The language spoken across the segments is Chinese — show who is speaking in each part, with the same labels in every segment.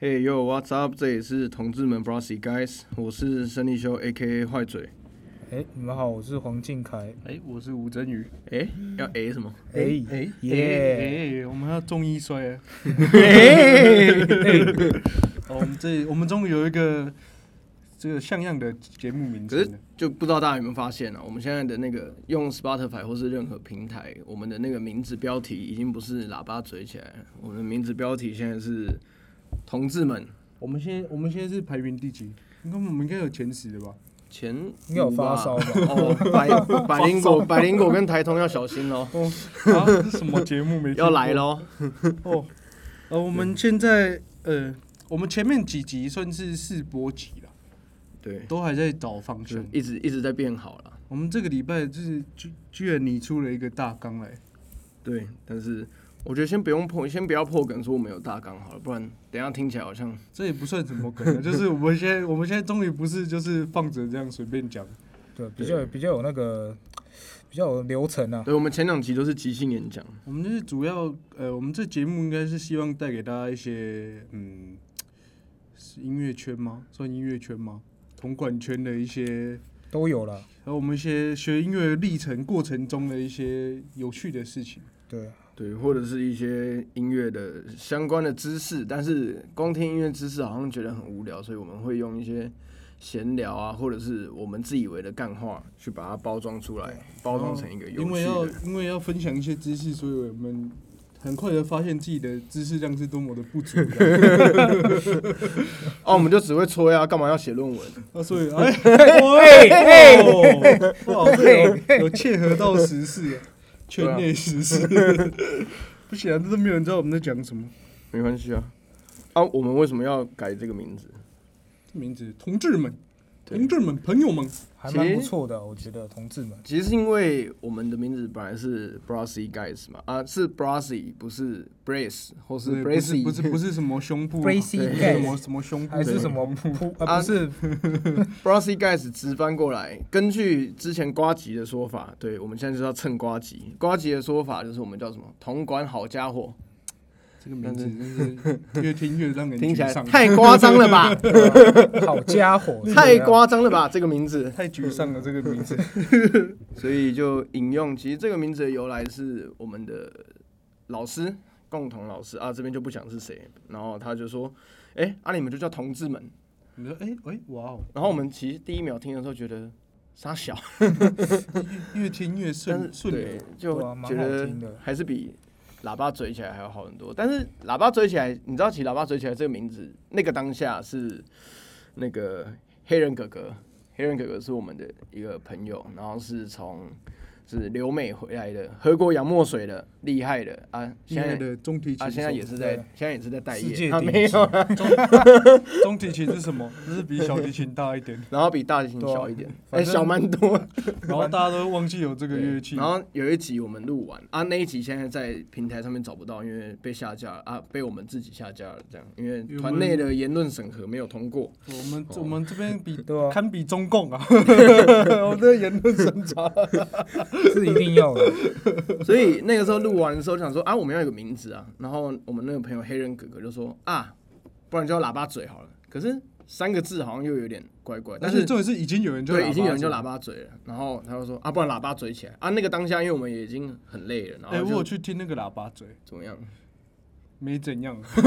Speaker 1: Hey yo, what's up？这里是同志们 Brassy Guys，我是生力修 A.K.A 坏嘴。
Speaker 2: 哎，你们好，我是黄靖凯。
Speaker 3: 哎、我是吴真宇。
Speaker 1: 哎、要 A 什么？
Speaker 2: 哎
Speaker 1: 哎
Speaker 2: 耶！
Speaker 3: 哎我们要中医摔 啊！
Speaker 2: 哎，
Speaker 3: 哦，我们这我们终于有一个这个像样的节目名
Speaker 1: 可
Speaker 3: 称
Speaker 1: 是
Speaker 3: 了。
Speaker 1: 就不知道大家有没有发现啊，我们现在的那个用 Spotify 或是任何平台，我们的那个名字标题已经不是喇叭嘴起来了，我们的名字标题现在是同志们
Speaker 3: 我们现在我们现在是排名第几？应该我们应该有前十的吧？
Speaker 1: 前
Speaker 2: 应该有
Speaker 1: 五吧
Speaker 2: 发烧吧
Speaker 1: 哦，百百灵 果百灵果跟台通要小心喽，
Speaker 3: 啊，这什么节目没？
Speaker 1: 要来！ 喽。
Speaker 3: 哦，呃，我们现在呃，我们前面几集算是试播集了，
Speaker 1: 对，
Speaker 3: 都还在找方
Speaker 1: 就
Speaker 3: 向。
Speaker 1: 一直一直在变好了。
Speaker 3: 我们这个礼拜就是居居然拟出了一个大纲来，
Speaker 1: 对，但是我觉得先不用破，先不要破梗说我们有大纲好了，不然等一下听起来好像
Speaker 3: 这也不算什么梗 啊，就是我们现在我们现在终于不是就是放着这样随便讲。
Speaker 2: 对，比较比较有那个比较有流程啊。
Speaker 1: 对我们前两集都是即兴演讲，
Speaker 3: 我们就是主要，呃，我们这节目应该是希望带给大家一些，嗯，是音乐圈吗？算音乐圈吗？铜管圈的一些，
Speaker 2: 都有了。
Speaker 3: 还有我们一些学音乐历程过程中的一些有趣的事情。
Speaker 2: 对，
Speaker 1: 对，或者是一些音乐的相关的知识，但是光听音乐知识好像觉得很无聊，所以我们会用一些闲聊啊，或者是我们自以为的干话去把它包装出来，包装成一个有
Speaker 3: 哦因为
Speaker 1: 趣
Speaker 3: 要
Speaker 1: 的。
Speaker 3: 因为要分享一些知识，所以我们很快的发现自己的知识量是多么的不足 的。
Speaker 1: 哦，我们就只会吹啊，干嘛要写论文？
Speaker 3: 啊，所以哎，哎，哦哇，这有有切合到时事啊，圈内时事。不行啊，这都没有人知道我们在讲什么。
Speaker 1: 没关系啊。啊，我们为什么要改这个名字？
Speaker 3: 名字，同志们，
Speaker 1: 对
Speaker 3: 同志们，朋友们，
Speaker 2: 还
Speaker 1: 其实
Speaker 2: 蛮不错的，我觉得同志们。
Speaker 1: 其实是因为我们的名字本来是 Brassy Guys 嘛，啊，是 Brassy 不是 Brace 或是
Speaker 3: 对
Speaker 1: Brassy，
Speaker 3: 不是不是不是什么胸部啊
Speaker 2: Bracy
Speaker 3: 对不是
Speaker 2: guys
Speaker 3: 什么什么胸部，
Speaker 2: 还是什么扑？啊，不是
Speaker 1: Brassy Guys 直翻过来，根据之前瓜吉的说法，对我们现在就是要蹭瓜吉。瓜吉的说法就是我们叫什么“铜管好家伙
Speaker 3: 这个名字真是越听越让”，人
Speaker 1: 听起来
Speaker 3: 沮丧
Speaker 1: 太夸张了 吧？
Speaker 2: 好家伙，
Speaker 3: 啊
Speaker 1: 太夸张了吧？这个名字，
Speaker 3: 太沮丧了，这个名字。
Speaker 1: 所以就引用。其实这个名字的由来是我们的老师，共同老师啊，这边就不讲是谁。然后他就说：“哎、啊你们就叫同志们。”
Speaker 3: 你说，哎哎，哇哦，
Speaker 1: 然后我们其实第一秒听的时候觉得傻小，
Speaker 2: 嗯
Speaker 3: 越听越
Speaker 1: 但
Speaker 3: 顺
Speaker 1: 是
Speaker 3: 顺
Speaker 1: 对
Speaker 3: 耳。
Speaker 1: 就
Speaker 2: 对啊蛮
Speaker 1: 觉
Speaker 2: 好
Speaker 1: 得
Speaker 2: 听的
Speaker 1: 还是比喇叭嘴起来还要好很多。但是喇叭嘴起来，你知道起喇叭嘴起来这个名字，那个当下是那个黑人哥哥，黑人哥哥是我们的一个朋友，然后是从是留美回来的，喝过洋墨水的，厉害的啊，
Speaker 3: 亲
Speaker 1: 现
Speaker 3: 爱
Speaker 1: 在。
Speaker 3: 的中提琴
Speaker 1: 啊，
Speaker 3: 手，
Speaker 1: 现在也是在
Speaker 2: 对，
Speaker 1: 现在也是在待
Speaker 2: 世界
Speaker 1: 业，啊，
Speaker 2: 顶
Speaker 1: 没
Speaker 2: 级
Speaker 1: 有，
Speaker 3: 中提琴是什么？就是比小提琴大一点，
Speaker 1: 然后比大提琴
Speaker 2: 对啊
Speaker 1: 小一点，
Speaker 2: 反
Speaker 1: 哎，
Speaker 2: 正
Speaker 1: 小蛮多，
Speaker 3: 然后大家都忘记有这个
Speaker 1: 对
Speaker 3: 乐器。
Speaker 1: 然后有一集我们录完啊，那一集现在在平台上面找不到，因为被下架了啊，被我们自己下架了，这样，因为
Speaker 3: 因为
Speaker 1: 团内的言论审核没有通过。
Speaker 3: 我们我们这边比
Speaker 2: 对啊
Speaker 3: 堪比中共啊，我们的言论审查。
Speaker 2: 是一定要的。
Speaker 1: 所以那个时候录完的时候想说啊，我们要有个名字啊。然后我们那个朋友黑人哥哥就说啊，不然叫喇叭嘴好了。可是三个字好像又有点怪怪，但
Speaker 3: 但是
Speaker 1: 是
Speaker 3: 重点是已经有人就
Speaker 1: 对，已经有人叫
Speaker 3: 就
Speaker 1: 喇叭嘴了。然后他就说啊，不然喇叭嘴起来啊。那个当下因为我们也已经很累了，然
Speaker 3: 哎、
Speaker 1: 后
Speaker 3: 我
Speaker 1: 就
Speaker 3: 有去听那个喇叭嘴，
Speaker 1: 怎么样？
Speaker 3: 没怎 样，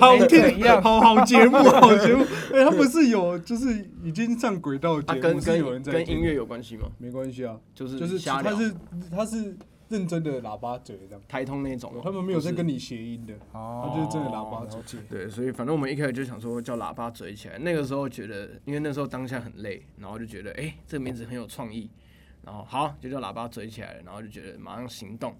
Speaker 2: 好
Speaker 3: 听
Speaker 2: 一样，
Speaker 3: 好好节目，好节目。哎、他们是有，就是已经上轨道的
Speaker 1: 啊，
Speaker 3: 节
Speaker 1: 跟
Speaker 3: 目，是有人
Speaker 1: 跟
Speaker 3: 在
Speaker 1: 跟
Speaker 3: 听
Speaker 1: 音乐有关系吗？
Speaker 3: 没关系啊，
Speaker 1: 就是
Speaker 3: 就是
Speaker 1: 瞎
Speaker 3: 他
Speaker 1: 聊。
Speaker 3: 是他是认真的喇叭嘴这样，
Speaker 1: 台通那种，
Speaker 3: 他们没有
Speaker 1: 哦
Speaker 3: 在
Speaker 1: 就是
Speaker 3: 跟你谐音的，他
Speaker 2: 哦，
Speaker 3: 就是真的喇叭嘴
Speaker 2: 了。解。
Speaker 1: 对，所以反正我们一开始就想说叫喇叭嘴起来。那个时候觉得，因为那时候当下很累，然后就觉得，哎、这个名字很有创意，然后好就叫喇叭嘴起来了，然后就觉得马上行动。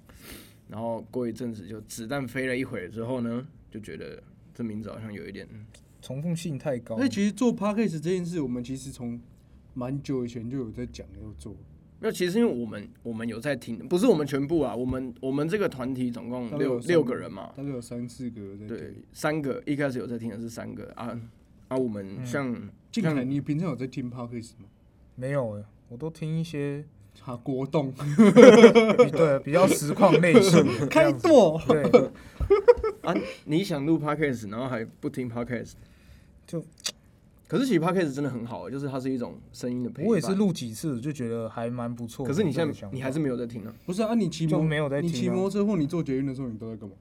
Speaker 1: 然后过一阵子就子弹飞了一会儿之后呢，就觉得这名字好像有一点，
Speaker 2: 重复性太高
Speaker 3: 那、。其实做 podcast 这件事，我们其实从蛮久以前就有在讲要做，
Speaker 1: 那其实因为我们我们有在听，不是我们全部啊，我们我们这个团体总共
Speaker 3: 大概
Speaker 1: 六
Speaker 3: 有三
Speaker 1: 六个人嘛，
Speaker 3: 大概有三四个有在听。
Speaker 1: 对，三个一开始有在听的是三个啊啊，我们像、
Speaker 3: 嗯静凯，你平常有在听 podcast 吗？
Speaker 2: 没有哎，我都听一些
Speaker 3: 啊，国栋
Speaker 2: 比对比较实况类型的。
Speaker 3: 开
Speaker 2: 这样子
Speaker 3: 剁。
Speaker 2: 对，
Speaker 1: 啊，你想录 podcast，然后还不听 podcast，
Speaker 2: 就
Speaker 1: 可是其实 podcast 真的很好，就是它是一种声音的陪伴。
Speaker 2: 我也是，录几次就觉得还蛮不错的。
Speaker 1: 可是你现
Speaker 2: 这种
Speaker 1: 在
Speaker 2: 想法
Speaker 1: 你还是没有在听啊。
Speaker 3: 不是啊，你骑摩
Speaker 2: 就没有在
Speaker 3: 你
Speaker 2: 听
Speaker 3: 骑
Speaker 2: 啊
Speaker 3: 摩托车或你坐捷运的时候，你都在干嘛？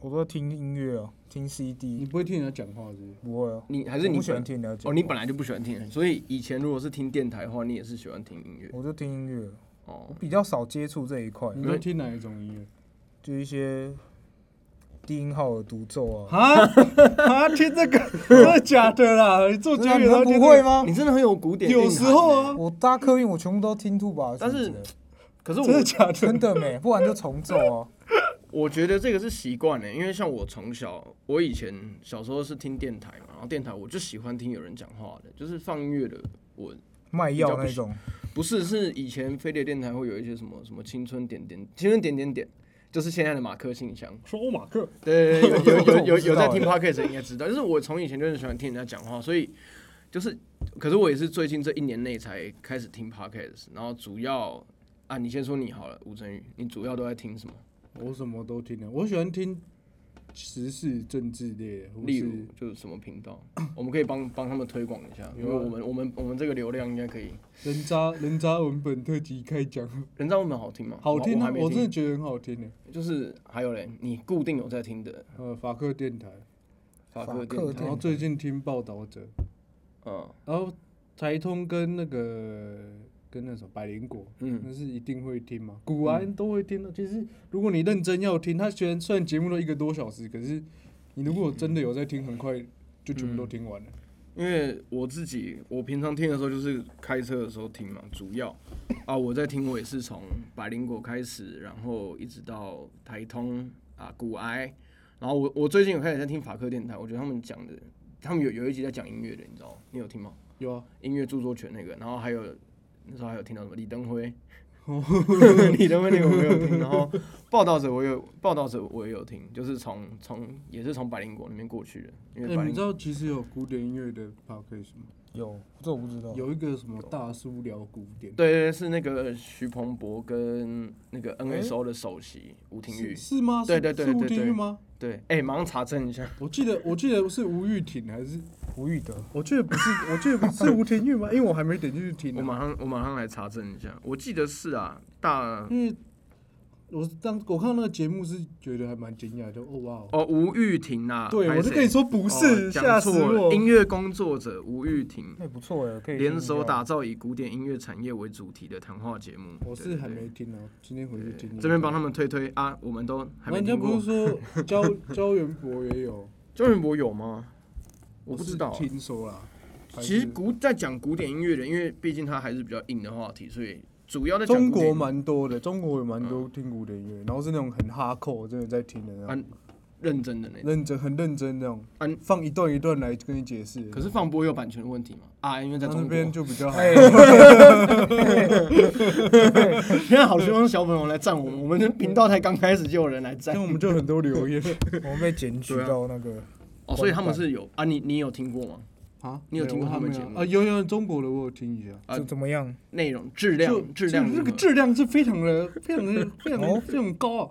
Speaker 2: 我都在听音乐哦，听
Speaker 3: 你
Speaker 2: CD，
Speaker 3: 不会听人家讲话是不是？
Speaker 2: 不会哦。
Speaker 1: 你嗯还是你
Speaker 2: 我不喜欢
Speaker 1: 本
Speaker 2: 听了解
Speaker 1: 哦，你本来就不喜欢听，所以以前如果是听电台的话，你也是喜欢听音乐
Speaker 2: 我就听音乐，
Speaker 1: 哦
Speaker 2: 我。比较少接触这一块，
Speaker 1: 嗯
Speaker 3: 你都听哪一种音 乐？
Speaker 2: 就一些低音号的独奏啊。
Speaker 3: 啊啊！听这个，真的假的啦？你做
Speaker 2: 不
Speaker 3: 节
Speaker 2: 是啊
Speaker 3: 目
Speaker 2: 你
Speaker 3: 然后
Speaker 2: 都不
Speaker 3: 听这个
Speaker 2: 会？吗？
Speaker 1: 哦你真的很有古典韵
Speaker 3: 有
Speaker 1: 涵欸，
Speaker 3: 时候啊，
Speaker 2: 我搭客运我全部都听吐吧，
Speaker 1: 但是
Speaker 2: 选择
Speaker 1: 可是
Speaker 3: 真的
Speaker 1: 我
Speaker 3: 假的？
Speaker 2: 真 的没，不然就重奏啊。
Speaker 1: 我觉得这个是习惯欸呢，因为像我从小，我以前小时候是听电台嘛，然后电台我就喜欢听有人讲话的，就是放音乐的。我
Speaker 2: 卖药那
Speaker 1: 比较
Speaker 2: 种，
Speaker 1: 不是是以前飞碟电台会有一些什么什么青春点点青春点点点，就是现在的马克信箱。
Speaker 3: 说欧马克，
Speaker 1: 对对对，有有有有有 在听
Speaker 2: 我
Speaker 1: podcast 的应该知道，就是我从以前就很喜欢听人家讲话，所以就是，可是我也是最近这一年内才开始听 podcast，然后主要啊，你先说你好了，吴镇宇，你主要都在听什么？
Speaker 3: 我什么都听的，我喜欢听时事、政治类的，或
Speaker 1: 例
Speaker 3: 是
Speaker 1: 如就是什么频 道，我们可以帮帮他们推广一下，因
Speaker 3: 有啊
Speaker 1: 为我们我们我们这个流量应该可以。
Speaker 3: 人渣人渣文本特辑开讲，
Speaker 1: 人造文本好听吗？
Speaker 3: 好听
Speaker 1: 我
Speaker 3: 啊
Speaker 1: 还！没
Speaker 3: 我真的
Speaker 1: 听。
Speaker 3: 觉得很好听的。欸
Speaker 1: 就是还有嘞，你固定有在听的
Speaker 3: 呃，法克电台，
Speaker 1: 法
Speaker 2: 法
Speaker 1: 克
Speaker 2: 克
Speaker 1: 电
Speaker 2: 电
Speaker 1: 台，
Speaker 3: 然后最近听报道者，
Speaker 1: 嗯
Speaker 3: 然后台通跟那个跟那什么百灵果，
Speaker 1: 嗯，
Speaker 3: 那是一定会听嘛，古玩都会听的。啊其实如果你认真要听，它虽然虽然节目都一个多小时，可是你如果真的有在听，很快就全部都听完了。
Speaker 1: 因为我自己，我平常听的时候就是开车的时候听嘛，主要啊，我在听我也是从百灵果开始，然后一直到台通啊、古埃，然后我我最近有开始在听法克电台，我觉得他们讲的，他们有有一集在讲音乐的，你知道吗？你有听吗？
Speaker 3: 有啊，
Speaker 1: 音乐著作权那个，然后还有那时候还有听到什么李登 辉，李登辉那个我没有听，然后报道者我有报道者我也有听，就是从从也是从百灵果那边过去的，因为
Speaker 3: 哎
Speaker 1: 百
Speaker 3: 你
Speaker 1: 灵
Speaker 3: 知
Speaker 1: 果
Speaker 3: 道其实有古典音乐的 podcast 吗？
Speaker 2: 有这我不知道。
Speaker 3: 有一个什么大叔聊古典，
Speaker 1: 对对对是那个徐鹏博跟那个 NSO 的首席吴廷
Speaker 3: 哎是
Speaker 1: 玉，
Speaker 3: 是吗？是
Speaker 1: 对对对
Speaker 3: 是吴
Speaker 1: 对
Speaker 3: 廷
Speaker 1: 对
Speaker 3: 玉吗？
Speaker 1: 对，哎、马上查证一下，
Speaker 3: 我记得我记得是吴玉挺还是
Speaker 2: 吴玉德，
Speaker 3: 我记得不是我记得不是吴廷玉吗？因为 我还没点进去听
Speaker 1: 我
Speaker 3: 呢、
Speaker 1: 马上我马上来查证一下，我记得是啊，大
Speaker 3: 因为我当我看到那个节目是觉得还蛮惊讶的，就哦哇哦，
Speaker 1: 哦吴玉婷啊，
Speaker 3: 对
Speaker 1: 拍
Speaker 3: 我就
Speaker 1: 谁
Speaker 3: 跟你说不是，
Speaker 1: 哦
Speaker 3: 吓、
Speaker 1: 讲
Speaker 3: 死
Speaker 1: 错了
Speaker 3: 我！
Speaker 1: 音乐工作者吴玉婷。
Speaker 2: 那也不错哎，可以
Speaker 1: 联手打
Speaker 2: 打。
Speaker 1: 造以古典音乐产业为主题的谈话节目。
Speaker 3: 我是还没听啊，今天回去听一下。
Speaker 1: 这边帮他们推推啊，我们都还
Speaker 3: 那
Speaker 1: 没
Speaker 3: 人家
Speaker 1: 听
Speaker 3: 不
Speaker 1: 过
Speaker 3: 是。说焦焦元博也有，
Speaker 1: 周云博有吗？ 我不
Speaker 3: 是
Speaker 1: 知道啊。
Speaker 3: 听说啦。还
Speaker 1: 其实
Speaker 3: 是
Speaker 1: 古在讲古典音乐的，因为毕竟它还是比较硬的话题，所以主要在讲
Speaker 3: 中
Speaker 1: 古典嗯
Speaker 3: 国蛮多的，中国有蛮多听古典音乐，然后是那种很哈扣，真的在听的那种，
Speaker 1: 啊认真的那种。
Speaker 3: 认真很认真那种
Speaker 1: 啊你，
Speaker 3: 放一段一段来跟你解释。
Speaker 1: 可是放播有版权问题嘛？啊，因为在
Speaker 3: 他那
Speaker 1: 中国
Speaker 3: 边。就比较 好，
Speaker 2: 哎，
Speaker 1: 现 在好希望小粉红来赞我们，我们的频道才刚开始就有人来赞
Speaker 3: 那我们就很多留 言
Speaker 2: 我们被检举
Speaker 1: 对啊
Speaker 2: 到那个，
Speaker 1: 哦，所以他们是有啊，你你有听过吗？
Speaker 3: 啊。
Speaker 1: 你有听过他们
Speaker 3: 没有
Speaker 1: 节目
Speaker 3: 啊？有有中国的我有听一下，
Speaker 1: 啊
Speaker 2: 就怎么样？
Speaker 1: 内容质
Speaker 3: 就
Speaker 1: 量质量
Speaker 3: 就
Speaker 1: 如
Speaker 3: 这
Speaker 1: 何哦
Speaker 3: 个质量是非常的、非 常的、非常的、非常高啊，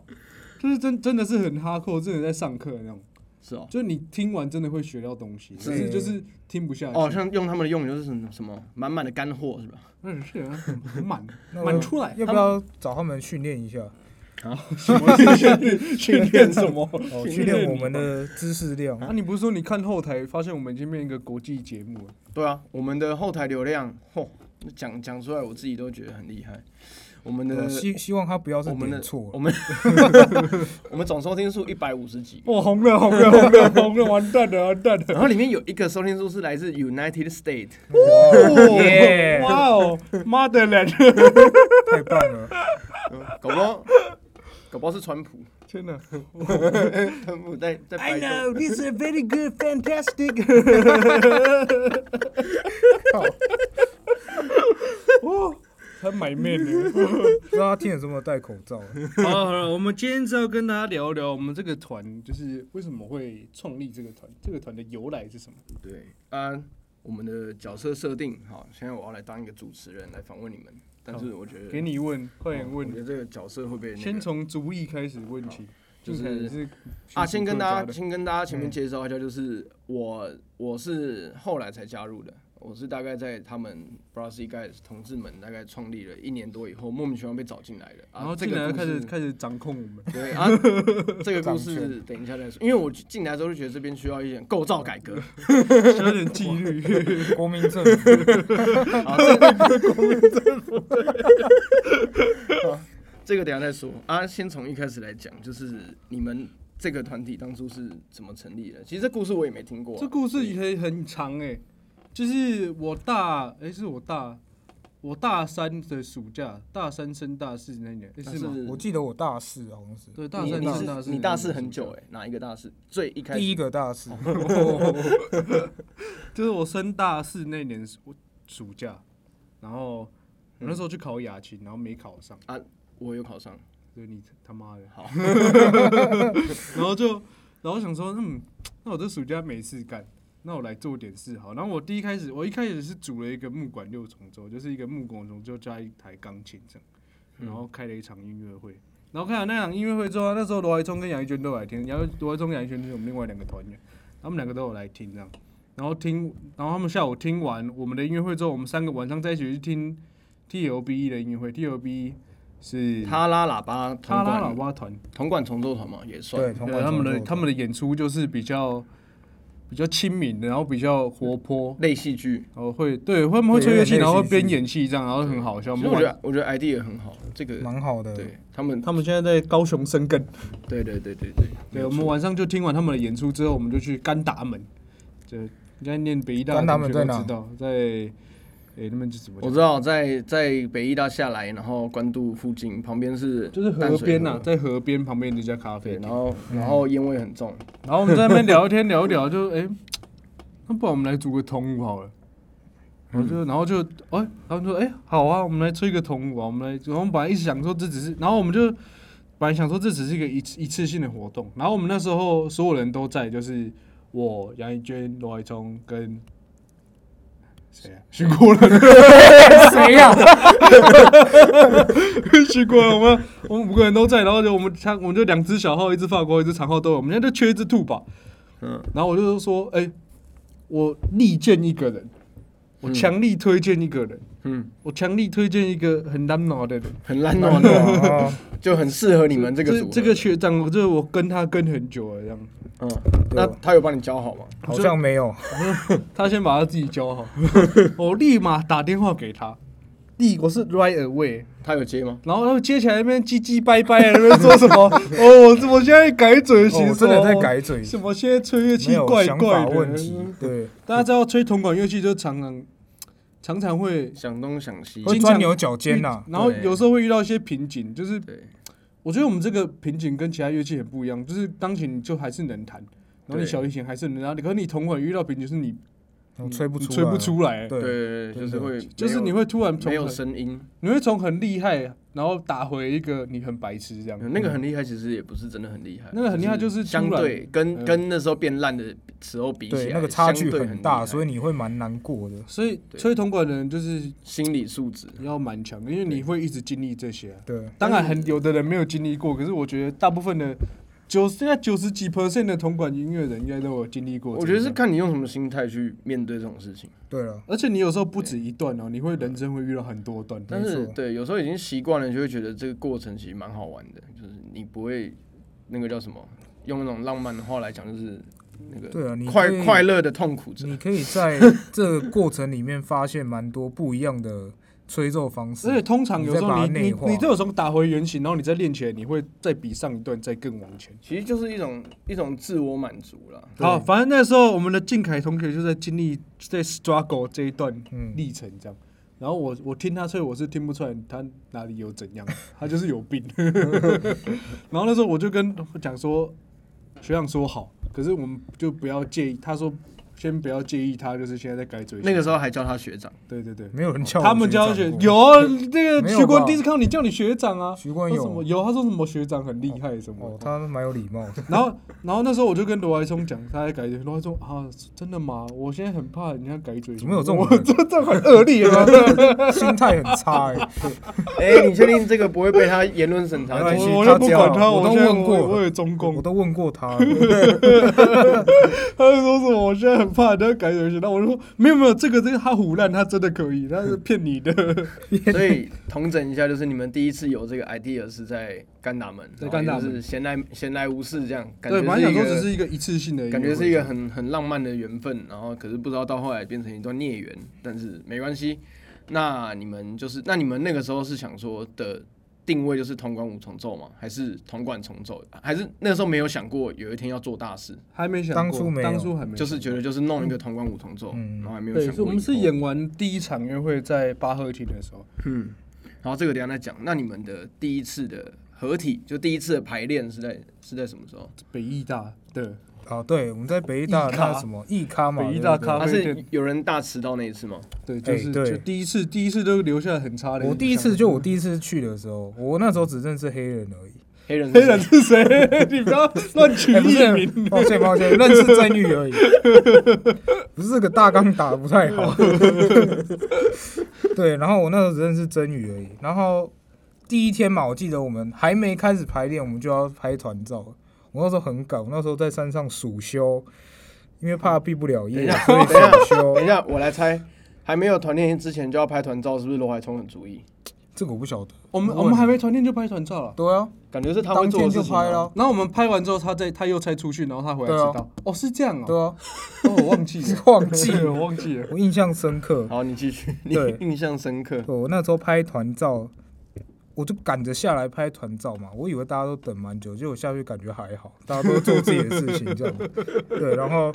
Speaker 3: 就是真真的是很哈扣，真的在上课那种。
Speaker 1: 是哦
Speaker 3: 就你听完真的会学到东西，
Speaker 2: 是
Speaker 3: 只是就是听不下去。
Speaker 1: 哦，像用他们的用语就是什么什么满满的干货是吧？
Speaker 3: 嗯是啊，很很 满
Speaker 2: 那
Speaker 3: 满出来。
Speaker 2: 要不要找他们训练一下？
Speaker 3: 什么训练训练什么？
Speaker 2: 哦，训练我们的知识量。
Speaker 3: 啊，你不是说你看后台发现我们已经变一个国际节目了？
Speaker 1: 对啊，我们的后台流量，嚯，讲讲出来我自己都觉得很厉害。我们的
Speaker 2: 呃希希望他不要是
Speaker 1: 我们的
Speaker 2: 点错
Speaker 1: 我，们 我们总收听数一百五十 几，
Speaker 3: 哇，红了，红了，红了，红了，完蛋了，完蛋了！
Speaker 1: 然后里面有一个收听数是来自 United States，
Speaker 2: 耶
Speaker 3: 哇哦，妈的嘞！
Speaker 2: 太棒了！
Speaker 1: 搞不 好搞不好是川普，
Speaker 3: 天哪！
Speaker 1: 川普在在白
Speaker 2: this is very good, fantastic
Speaker 3: 哦，他买面呢。
Speaker 2: 不知道他听了什么戴口罩，啊
Speaker 3: 好了好了，我们今天就要跟大家聊聊我们这个团，就是为什么会创立这个团，这个团的由来是什么？
Speaker 1: 对啊，我们的角色设定好，现在我要来当一个主持人来访问你们，但是我觉得
Speaker 3: 哦给你问，快点
Speaker 1: 我觉
Speaker 3: 问，
Speaker 1: 得这个角色会被那个
Speaker 3: 先从主意开始问起。
Speaker 1: 就
Speaker 3: 听起来
Speaker 1: 是
Speaker 3: 也是
Speaker 1: 啊，先跟大家
Speaker 3: 家嗯
Speaker 1: 先跟大家前面介绍一下，就是我我是后来才加入的，我是大概在他们 Brassy Guys 同志们大概创立了一年多以后，莫名其妙被找进来的，啊、
Speaker 3: 然后
Speaker 1: 这
Speaker 3: 进
Speaker 1: 个
Speaker 3: 来就
Speaker 1: 故
Speaker 3: 开始
Speaker 1: 事
Speaker 3: 开始掌控我 们，
Speaker 1: 对啊，这个故事等一下再说，因为我进来之后就觉得这边需要一点构造改 革
Speaker 3: 需要有点纪律。
Speaker 2: 国民政府，
Speaker 1: 啊，这个 这个等一下再说啊，先从一开始来讲，就是你们这个团体当初是怎么成立的？其实这故事我也没听过啊、
Speaker 3: 这故事也很很长哎、就是我大哎、是我大我大三的暑假，大三升大四那年，诶
Speaker 1: 但
Speaker 3: 是吗？
Speaker 2: 我记得我大四好像是
Speaker 3: 对，大
Speaker 1: 你
Speaker 3: 三
Speaker 1: 你
Speaker 3: 升大
Speaker 1: 是
Speaker 3: 四，
Speaker 1: 你大四很久哎、哪一个大四？最一开始
Speaker 2: 第一个大四，
Speaker 3: 就是我升大四那年暑暑假，然后
Speaker 1: 嗯
Speaker 3: 我那时候去考雅琴，然后没考上，
Speaker 1: 我有考上，
Speaker 3: 就是你他妈的，
Speaker 1: 好，
Speaker 3: 然后就然后想说，嗯，那我这暑假没事干，那我来做点事好。然后我第一开始，我一开始是组了一个木管六重奏，就是一个木管重奏加一台钢琴这样，然后开了一场音乐会。然后开了那场音乐会之后，那时候罗怀聪跟杨一娟都有来听，然后罗怀聪、杨一娟是我们另外两个团员，他们两个都有来听这样。然后听，然后他们下午听完我们的音乐会之后，我们三个晚上在一起去听 T L B E 的音乐会。T L B E 是
Speaker 1: 他拉喇叭，铜
Speaker 3: 他拉
Speaker 1: 管
Speaker 3: 喇叭团，
Speaker 1: 铜管重奏团嘛，也算
Speaker 2: 对，同
Speaker 3: 对
Speaker 2: 管
Speaker 3: 他们的
Speaker 2: 中
Speaker 3: 他们的演出就是比较比较亲民的，然后比较活泼，
Speaker 1: 类戏剧。
Speaker 3: 然后会对他们会吹乐器，
Speaker 2: 对有点类似
Speaker 3: 然后会边演戏这样，然后很好笑。
Speaker 1: 其实
Speaker 3: 我们
Speaker 1: 我觉
Speaker 3: 玩
Speaker 1: 得我觉得 ID 也很好，这个
Speaker 2: 蛮好的，
Speaker 1: 对他们，
Speaker 3: 他们现在在高雄生根，
Speaker 1: 对对对对对，
Speaker 3: 对我们晚上就听完他们的演出之后，我们就去甘达门，就应该念北医大的
Speaker 2: 甘达门
Speaker 3: 同学
Speaker 2: 在
Speaker 3: 都
Speaker 2: 哪
Speaker 3: 知道，在诶那边是怎么
Speaker 1: 我
Speaker 3: 讲？
Speaker 1: 知道在在北医大下来，然后关渡附近旁边是
Speaker 3: 就是河
Speaker 1: 淡水
Speaker 3: 边呐、啊在河边旁边的一嗯家咖啡
Speaker 1: 对，
Speaker 3: 厅
Speaker 1: 然。后然后烟味很重，
Speaker 3: 然后我们在那边聊天聊一聊，就哎、诶那不然我们来组个同舞好了。然后就然后就哎、他们说哎、诶好啊，我们来吹个同舞啊，我们来。然后我们本来一直想说这只是，然后我们就本来想说这只是一个一次一次性的活动。然后我们那时候所有人都在，就是我杨一娟、罗海聪跟谁啊？徐国 伦。
Speaker 2: 谁 呀？
Speaker 3: 去过了，我们我们五个人都在，然后就我们他我们就两只小号，一只法国，一只长号都有，我们现在就缺一只兔宝。
Speaker 1: 嗯，
Speaker 3: 然后我就说，哎、我力荐一个人，我强力推荐一个人，
Speaker 1: 嗯，
Speaker 3: 我强力推荐一个很难脑的人。
Speaker 1: 很烂哦，那种
Speaker 2: 哦
Speaker 1: 就很适合你们这个组合。
Speaker 3: 这个学长，我这我跟他跟很久了，这样。
Speaker 1: 嗯，
Speaker 2: 对
Speaker 1: 那
Speaker 3: 哦
Speaker 1: 他有帮你教好吗？
Speaker 2: 好像没有，
Speaker 3: 他先把他自己教 好，我立马打电话给他，立我是 right away。
Speaker 1: 他有接吗？
Speaker 3: 然后他接起来那边唧唧掰掰的，那边说什么？ 哦，我我现在改嘴
Speaker 2: 哦
Speaker 3: 型、哦
Speaker 2: 我真的在改嘴，
Speaker 3: 什么现在吹乐器
Speaker 2: 没有
Speaker 3: 怪
Speaker 2: 想
Speaker 3: 怪
Speaker 2: 法
Speaker 3: 的，
Speaker 2: 问
Speaker 1: 嗯
Speaker 2: 题，对，
Speaker 3: 大家知道吹铜管乐器就常常常常会，
Speaker 1: 想东想西，
Speaker 2: 会
Speaker 3: 经
Speaker 2: 钻
Speaker 3: 常
Speaker 2: 牛角尖啊呐。
Speaker 3: 然后
Speaker 1: 对
Speaker 3: 有时候会遇到一些瓶颈，就是
Speaker 1: 对，
Speaker 3: 我觉得我们这个瓶颈跟其他乐器很不一样，就是钢琴你就还是能弹，然后你
Speaker 1: 对
Speaker 3: 小提琴还是能弹，可是你铜管遇到瓶颈是你
Speaker 2: 我吹不
Speaker 1: 嗯
Speaker 3: 你
Speaker 2: 出，
Speaker 3: 吹不，出来，
Speaker 1: 对
Speaker 2: 对，
Speaker 1: 对对，就是
Speaker 2: 真的
Speaker 1: 会没有，
Speaker 3: 就是你会突然从
Speaker 1: 没有
Speaker 3: 很
Speaker 1: 声音，
Speaker 3: 你会从很厉害，然后打回一个你很白痴这样，
Speaker 1: 嗯那个很厉害，其实也不是真的很厉害，
Speaker 3: 嗯那个很厉害就是
Speaker 1: 相
Speaker 3: 突然
Speaker 1: 对跟、
Speaker 3: 嗯
Speaker 1: 跟那时候变烂的时候比起来，
Speaker 2: 对，那个差
Speaker 1: 相
Speaker 2: 距
Speaker 1: 对很
Speaker 2: 很大，所
Speaker 1: 以
Speaker 2: 以你会蛮难过的。
Speaker 3: 所以
Speaker 1: 对
Speaker 3: 吹铜管的人就是
Speaker 1: 心理素质，
Speaker 3: 要蛮强，因为你会一直经历这些啊、
Speaker 2: 对，
Speaker 3: 当然很有的人没有经历过，可是我觉得大部分的九现在九十几 percent 的铜管音乐人应该都有经历过。
Speaker 1: 我觉得是，看你用什么心态去面对这种事情。
Speaker 2: 对了，
Speaker 3: 而且你有时候不止一段哦，你会人生会遇到很多段。
Speaker 1: 但
Speaker 2: 没
Speaker 1: 是
Speaker 2: 错
Speaker 1: 对，有时候已经习惯了，就会觉得这个过程其实蛮好玩的，就是你不会那个叫什么，用那种浪漫的话来讲，就是那个
Speaker 2: 对啊，你
Speaker 1: 快
Speaker 2: 可以
Speaker 1: 快乐的痛苦着。
Speaker 2: 你可以在这个过程里面发现蛮多不一样的吹奏方式
Speaker 3: 而。 且通常有时
Speaker 2: 你再
Speaker 3: 候
Speaker 2: 把
Speaker 3: 你
Speaker 2: 它
Speaker 3: 你
Speaker 2: 内化
Speaker 3: 你这种打回原形，然后你再练起来，你会再比上一段再更往前。
Speaker 1: 其实就是一种一种自我满足啦。
Speaker 2: 对
Speaker 3: 好，反正那时候我们的靖凯同学就在经历在 struggle 这一段
Speaker 2: 嗯
Speaker 3: 历程这样。然后我我听他吹，我是听不出来他哪里有怎样，他就是有病。 然后那时候我就跟讲说，学长说好，可是我们就不要介意。他说先不要介意他，就是现在在改嘴型。
Speaker 1: 那个时候还叫他学长，
Speaker 3: 对对对，
Speaker 2: 没有人叫我
Speaker 3: 他们教
Speaker 2: 学
Speaker 3: 学
Speaker 2: 长过
Speaker 3: 有啊那个
Speaker 2: 没有
Speaker 3: 徐国
Speaker 2: 吧
Speaker 3: 第一次看到你叫你学长啊，
Speaker 2: 徐冠
Speaker 3: 说什
Speaker 2: 有
Speaker 3: 么有他说什么学长很厉害什么
Speaker 2: 哦，，他蛮有礼貌 的。
Speaker 3: 然后然后那时候我就跟罗怀聪讲，他在改嘴，罗怀聪啊真的吗？我现在很怕人家改嘴型，
Speaker 2: 怎么有这种
Speaker 3: 我
Speaker 2: 人
Speaker 3: 这这很恶劣啊，
Speaker 2: 心态很差 哎、
Speaker 1: 哎、你确定这个不会被他言论审查
Speaker 2: 没？关系
Speaker 3: 我我
Speaker 2: 他
Speaker 3: 就不
Speaker 2: 只要
Speaker 3: 管他，
Speaker 2: 我都
Speaker 3: 现在
Speaker 2: 问过
Speaker 3: 我我
Speaker 2: 了
Speaker 3: 有中共
Speaker 2: 我，都问过 他了，
Speaker 3: 他就说什么我现在很怕人家改嘴型，那我就说没有没有，这个这个他胡乱，他真的可以，他是骗你的，
Speaker 1: 所以统整一下，就是你们第一次有这个 idea 是在甘达门，
Speaker 3: 在甘达
Speaker 1: 然后
Speaker 3: 门
Speaker 1: 也就是闲来闲来无事这样，感
Speaker 3: 对，本来
Speaker 1: 觉
Speaker 3: 想
Speaker 1: 一
Speaker 3: 说
Speaker 1: 个
Speaker 3: 只是一个一次性的约会，
Speaker 1: 感觉是一个很很浪漫的缘分，然后可是不知道到后来变成一段孽缘，但是没关系。那你们就是，那你们那个时候是想说的定位就是铜管五重奏吗？还是铜管重奏？还是那个时候没有想过有一天要做大事，
Speaker 3: 还没想过，
Speaker 2: 当初没有
Speaker 3: 当初还没想过，
Speaker 1: 就是觉得就是弄一个铜管五重奏，
Speaker 2: 嗯
Speaker 1: 然后还没有
Speaker 3: 对，
Speaker 1: 想
Speaker 3: 所以
Speaker 1: 过。
Speaker 3: 我们是，演完第一场约会在巴赫厅的时候，
Speaker 1: 嗯，然后这个等一下再讲。那你们的第一次的合体，就第一次的排练是在是在什么时候？
Speaker 3: 北艺大的，
Speaker 2: 啊，对，我们在北医大
Speaker 3: 艺咖
Speaker 2: 那什么艺咖嘛，
Speaker 3: 北艺
Speaker 2: 对不
Speaker 3: 大
Speaker 2: 对
Speaker 3: 咖
Speaker 1: 他、
Speaker 3: 啡
Speaker 1: 啊是有人大迟到那一次吗？
Speaker 3: 对，就是、
Speaker 2: 哎对
Speaker 3: 就第一次，第一次都留下很差的印象。
Speaker 2: 我第一次就我第一次去的时候，我那时候只认识黑人而已。
Speaker 1: 黑 人是
Speaker 3: 黑
Speaker 1: 谁
Speaker 3: 人是谁？你不要乱取
Speaker 2: 哎不
Speaker 3: 艺名。
Speaker 2: 是，抱歉抱歉，认识郑玉而已。 不是这个大纲打得不太好。 对，然后我那时候只认识真宇而已。然后第一天嘛，我记得我们还没开始排练，我们就要拍团照了。我那时候很赶，我那时候在山上暑修，因为怕毕不了
Speaker 1: 等一
Speaker 2: 业，
Speaker 1: 下，
Speaker 2: 所
Speaker 1: 等
Speaker 2: 以
Speaker 1: 一下，
Speaker 2: 暑修
Speaker 1: 等一。下，我来猜，还没有团练之前就要拍团照，是不是罗海聪很主意？
Speaker 2: 这个我不晓得。
Speaker 3: 我们我们还没团练就拍团照 了，
Speaker 2: 对啊，
Speaker 1: 感觉是他会
Speaker 2: 当
Speaker 1: 做的
Speaker 2: 天
Speaker 1: 事
Speaker 2: 就
Speaker 1: 情
Speaker 2: 拍
Speaker 1: 啊。
Speaker 2: 了。
Speaker 3: 然后我们拍完之后，他再他又才出去，然后他回来
Speaker 2: 对啊
Speaker 3: 迟到。哦，是这样
Speaker 2: 对
Speaker 3: 哦。
Speaker 2: 啊，，
Speaker 3: 哦，我忘记了
Speaker 2: 忘记
Speaker 3: 对
Speaker 2: 了，
Speaker 3: 我忘记了。
Speaker 2: 我印象深刻。
Speaker 1: 好，你继续， 你
Speaker 2: 对
Speaker 1: 印象深刻。
Speaker 2: 对我那时候拍团照，我就赶着下来拍团照嘛，我以为大家都等蛮久，结果下去感觉还好，大家都做自己的事情这样。 对，然后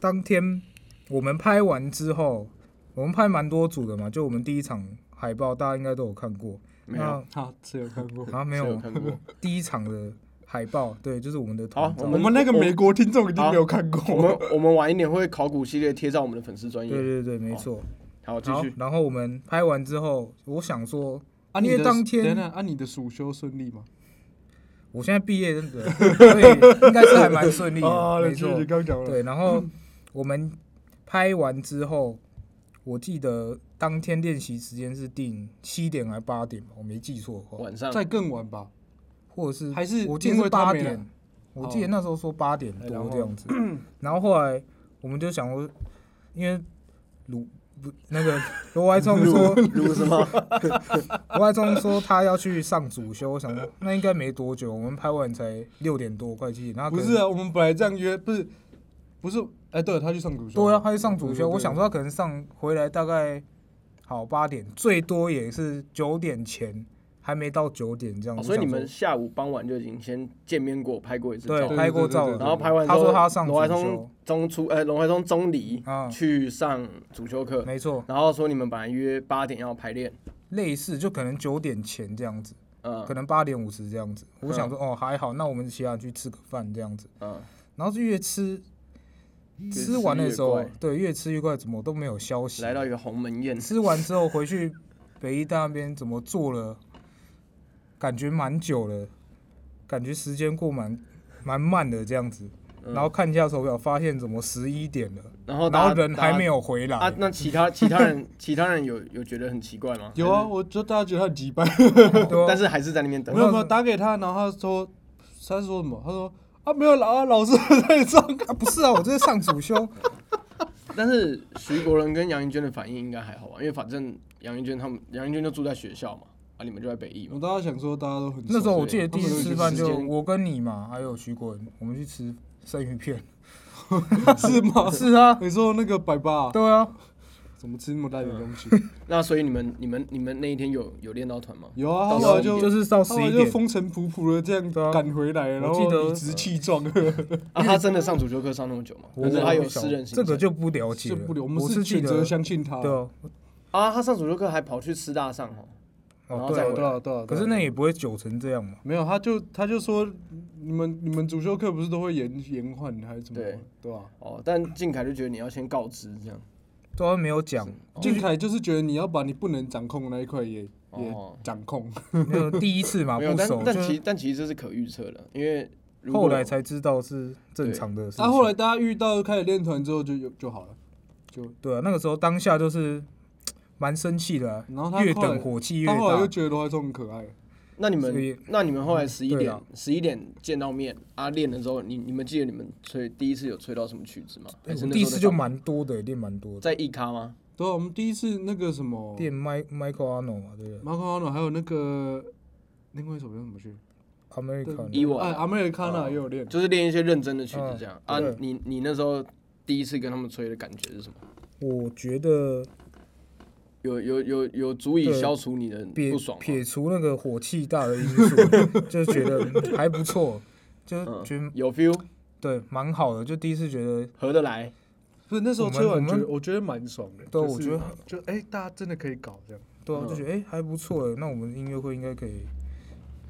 Speaker 2: 当天我们拍完之后，我们拍蛮多组的嘛，就我们第一场海报大家应该都有看过，
Speaker 1: 没有，
Speaker 3: 好，只有看过。
Speaker 2: 那啊啊没
Speaker 1: 谁有
Speaker 2: 有
Speaker 1: 看过。
Speaker 2: 第一场的海报，对，就是我们的
Speaker 1: 好
Speaker 2: 团照
Speaker 1: 哦我
Speaker 3: 我。们那个美国听众一定没有看
Speaker 1: 我
Speaker 3: 过。
Speaker 1: 们我们晚一点会考古系列贴在我们的粉丝专
Speaker 2: 对
Speaker 1: 业。
Speaker 2: 对对，没错。
Speaker 1: 哦好，继
Speaker 2: 好
Speaker 1: 续，。
Speaker 2: 然后我们拍完之后，我想说，
Speaker 3: 啊，你
Speaker 2: 因
Speaker 3: 的
Speaker 2: 为当天
Speaker 3: 等等，啊，你的暑修顺利吗？
Speaker 2: 我现在毕业，真的，所以应该是还蛮顺利
Speaker 1: 哦
Speaker 2: 的，没
Speaker 3: 你
Speaker 2: 错
Speaker 3: 啊你。刚讲了。
Speaker 2: 对，然后我们拍完之后，我记得当天练习时间是定七点还八点吧，我没记错的话，
Speaker 1: 晚上
Speaker 3: 再更晚吧。
Speaker 2: 或者是
Speaker 3: 还是
Speaker 2: 我记
Speaker 3: 因
Speaker 2: 得
Speaker 3: 为
Speaker 2: 是
Speaker 3: 他
Speaker 2: 八
Speaker 3: 没来
Speaker 2: 点，我记得那时候说八点
Speaker 3: 哎然
Speaker 2: 多
Speaker 3: 后
Speaker 2: 这样子，然后后来我们就想说，因为鲁不那个罗怀聪说，
Speaker 1: 如什么？
Speaker 2: 罗怀聪说他要去上主修，我想说那应该没多久，我们拍完才六点多快七点，然后
Speaker 3: 不是啊，我们本来这样约，不是，不是，哎，对，他去上主修。
Speaker 2: 对啊，他去上主
Speaker 3: 对
Speaker 2: 修，我
Speaker 3: 对
Speaker 2: 想说他可能上回来大概好八点，最多也是九点前，还没到九点这样
Speaker 1: 哦
Speaker 2: 子。
Speaker 1: 所以
Speaker 2: 我
Speaker 1: 你
Speaker 2: 想
Speaker 1: 们
Speaker 2: 说
Speaker 1: 下午傍晚就已经先见面过，拍过一次照
Speaker 2: 对
Speaker 3: 对。
Speaker 2: 拍过
Speaker 3: 对
Speaker 2: 照
Speaker 3: 对对
Speaker 2: 了，
Speaker 1: 然后拍完之
Speaker 2: 他
Speaker 1: 后，
Speaker 2: 说他上
Speaker 1: 龙怀
Speaker 2: 主
Speaker 1: 通
Speaker 2: 修，
Speaker 1: 中初，呃，龙怀通中离
Speaker 2: 啊
Speaker 1: 去上主修课，
Speaker 2: 没错，
Speaker 1: 然后说你们本来约八点要排练，
Speaker 2: 类似就可能九点前这样子，
Speaker 1: 嗯
Speaker 2: 可能八点五十这样子。我想
Speaker 1: 嗯
Speaker 2: 说哦还好，那我们其他人去吃个饭这样子，
Speaker 1: 嗯，
Speaker 2: 然后就越吃。
Speaker 1: 越
Speaker 2: 吃完
Speaker 1: 吃
Speaker 2: 的
Speaker 1: 越
Speaker 2: 时候
Speaker 1: 怪，
Speaker 2: 对，越吃越怪，怎么都没有消息。
Speaker 1: 来到一个鸿门宴，
Speaker 2: 吃完之后回去北医大那边怎么做了，感觉蛮久了，感觉时间过蛮蛮慢的这样子。
Speaker 1: 嗯哦
Speaker 2: 然后看一下手表，发现怎么十一点了，
Speaker 1: 然后
Speaker 2: 然
Speaker 1: 大
Speaker 2: 后
Speaker 1: 家
Speaker 2: 人还没
Speaker 1: 有
Speaker 2: 有回来。
Speaker 1: 啊？那其他其他人其他人有有觉得很奇怪吗？
Speaker 3: 有啊，我就大家觉得他很鸡掰。
Speaker 2: 对啊
Speaker 1: 但是还是在那边等
Speaker 3: 没。有
Speaker 2: 那
Speaker 3: 没有
Speaker 2: 是
Speaker 3: 打给他，然后他说他说什么？他说啊没有老啊老师在上课。
Speaker 2: 啊，不是啊，我这是上 主修，
Speaker 1: 但是徐国伦跟杨云娟的反应应该还好吧？因为反正杨云娟他们杨云娟就住在学校嘛，啊，你们就在北艺
Speaker 3: 我
Speaker 1: 嘛。
Speaker 3: 大家想说大家都很
Speaker 2: 那时候我
Speaker 1: 所
Speaker 2: 记
Speaker 1: 以
Speaker 2: 得第一
Speaker 3: 他们
Speaker 2: 次吃饭就
Speaker 1: 有一个时间
Speaker 2: 我跟你嘛，还有徐国文，我们去吃生鱼片。
Speaker 3: 是吗？
Speaker 2: 是啊，
Speaker 3: 你说那个百八
Speaker 2: 对啊，
Speaker 3: 怎么吃那么大的东西？
Speaker 1: 那所以你们你们你们那一天有有练到团吗？
Speaker 3: 有啊，
Speaker 1: 到
Speaker 3: 他后来
Speaker 1: 11点
Speaker 3: 就
Speaker 2: 就是到
Speaker 3: 他
Speaker 2: 十
Speaker 3: 后来
Speaker 2: 一
Speaker 3: 就
Speaker 2: 点，
Speaker 3: 风尘仆仆的这
Speaker 2: 对啊
Speaker 3: 样赶回来，然
Speaker 2: 记得
Speaker 3: 后理直气壮。
Speaker 1: 啊，他真的上主修课上那么久吗？
Speaker 2: 我
Speaker 1: 还是他有
Speaker 2: 不晓
Speaker 1: 私人行
Speaker 2: 这
Speaker 1: 程？
Speaker 2: 个就不了 解
Speaker 3: 是
Speaker 2: 了。
Speaker 3: 不了，我们
Speaker 2: 我
Speaker 3: 是
Speaker 2: 记
Speaker 3: 选
Speaker 2: 得哦
Speaker 3: 择相信他。
Speaker 2: 对啊，
Speaker 1: 啊，他上主修课还跑去师大上哦，然
Speaker 2: 哦
Speaker 1: 后
Speaker 2: 对
Speaker 1: 再
Speaker 2: 啊，
Speaker 1: 回
Speaker 3: 对
Speaker 2: 对啊
Speaker 3: 啊对啊，
Speaker 2: 可是那也不会久成这样嘛。
Speaker 3: 没有，他就他就说你们你们主修课不是都会延延缓还是怎么
Speaker 1: 对
Speaker 3: 对啊吧？
Speaker 1: 哦，但静凯就觉得你要先告知这样。
Speaker 2: 对啊，没有讲，
Speaker 3: 俊凯就是觉得你要把你不能掌控的那一块也也
Speaker 1: 哦
Speaker 3: 掌控，
Speaker 2: 没有第一次嘛，
Speaker 1: 没有，
Speaker 2: 不
Speaker 1: 但
Speaker 2: 熟，
Speaker 1: 但
Speaker 2: 就
Speaker 1: 其但其实这是可预测的，因为如果
Speaker 2: 后来才知道是正常的事情。
Speaker 3: 但后来大家遇到开始练团之后就有就好了，就
Speaker 2: 对啊，那个时候当下就是嘖蛮生气的啊、
Speaker 3: 然后他
Speaker 2: 越
Speaker 3: 后来
Speaker 2: 等火气越
Speaker 3: 他后来又
Speaker 2: 大。
Speaker 3: 觉得罗怀聪很可爱，
Speaker 1: 那你
Speaker 2: 所
Speaker 1: 们
Speaker 2: 以
Speaker 1: 那你们后来十一
Speaker 2: 对
Speaker 1: 点
Speaker 2: 啊
Speaker 1: 十一点见到面啊练的时候，你你们记得你们吹第一次有吹到什么曲子吗？还
Speaker 2: 哎
Speaker 1: 是
Speaker 2: 我
Speaker 1: 那
Speaker 2: 第一
Speaker 1: 时候
Speaker 2: 次
Speaker 1: 在
Speaker 2: 就
Speaker 1: 干嘛
Speaker 2: 蛮多的，练蛮多的。
Speaker 1: 在一咖吗？
Speaker 3: 对啊，我们第一次那个什么
Speaker 2: 练 Mi Michael Arno 嘛，对不对
Speaker 3: 马可阿诺还有那个另外一首叫什么去？
Speaker 1: 伊
Speaker 2: ？American
Speaker 1: 娃
Speaker 3: 哎，阿美尔卡纳也有练，
Speaker 1: 就是练一些认真的曲子这样、
Speaker 2: 嗯啊嗯
Speaker 1: 啊
Speaker 2: 对。
Speaker 1: 你你那时候第一次跟他们吹的感觉是什么？
Speaker 2: 我觉得
Speaker 1: 有有有有足以
Speaker 2: 对
Speaker 1: 消除你的
Speaker 2: 撇
Speaker 1: 不爽啊吗？
Speaker 2: 撇除那个火气大的因 素，就觉得嗯还不错，就
Speaker 1: 嗯
Speaker 2: 觉得
Speaker 1: 有 feel
Speaker 2: 对蛮好的，就第一次觉得
Speaker 1: 合得来，
Speaker 3: 不是那时候
Speaker 2: 我们
Speaker 3: 吹完
Speaker 2: 我
Speaker 3: 觉得
Speaker 2: 们
Speaker 3: 我觉得蛮爽的，
Speaker 2: 对
Speaker 3: 就是
Speaker 2: 我觉得
Speaker 3: 就哎大家真的可以搞这样，
Speaker 2: 对啊，
Speaker 1: 嗯
Speaker 2: 就觉得哎、还不错哎，那我们音乐会应该可以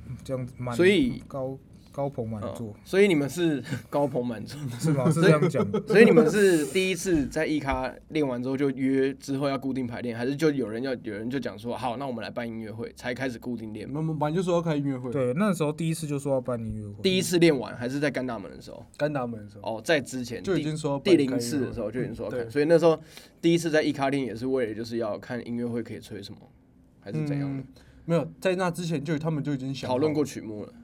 Speaker 2: 嗯这样子满，
Speaker 1: 所以
Speaker 2: 高高朋满
Speaker 1: 嗯
Speaker 2: 座、
Speaker 1: 所以你们 是高朋满座，
Speaker 2: 是 吗？是这样讲的，
Speaker 1: 所以你们是第一次在一咖练完之后就约之后要固定排练，还是就有人要有人就讲说好，那我们来办音乐会才开始固定练？
Speaker 3: 那么本来就说要开音乐 会，
Speaker 2: 对，那时候第一次就说要办音乐会，
Speaker 1: 第
Speaker 2: 一
Speaker 1: 一次练完还是在干大门的时候
Speaker 3: 干达门的时候
Speaker 1: 哦，在之前
Speaker 3: 就已
Speaker 1: 第
Speaker 3: 经说要
Speaker 1: 第
Speaker 3: 办
Speaker 1: 零
Speaker 3: 开
Speaker 1: 次
Speaker 3: 音乐
Speaker 1: 的
Speaker 3: 会
Speaker 1: 时候就已经说要
Speaker 3: 对
Speaker 1: 看，所以那时候第一次在一咖练也是为了就是要看音乐会可以吹什么，还是怎样的
Speaker 3: 嗯？没有，在那之前就他们就已经想好
Speaker 1: 讨论过，曲目了。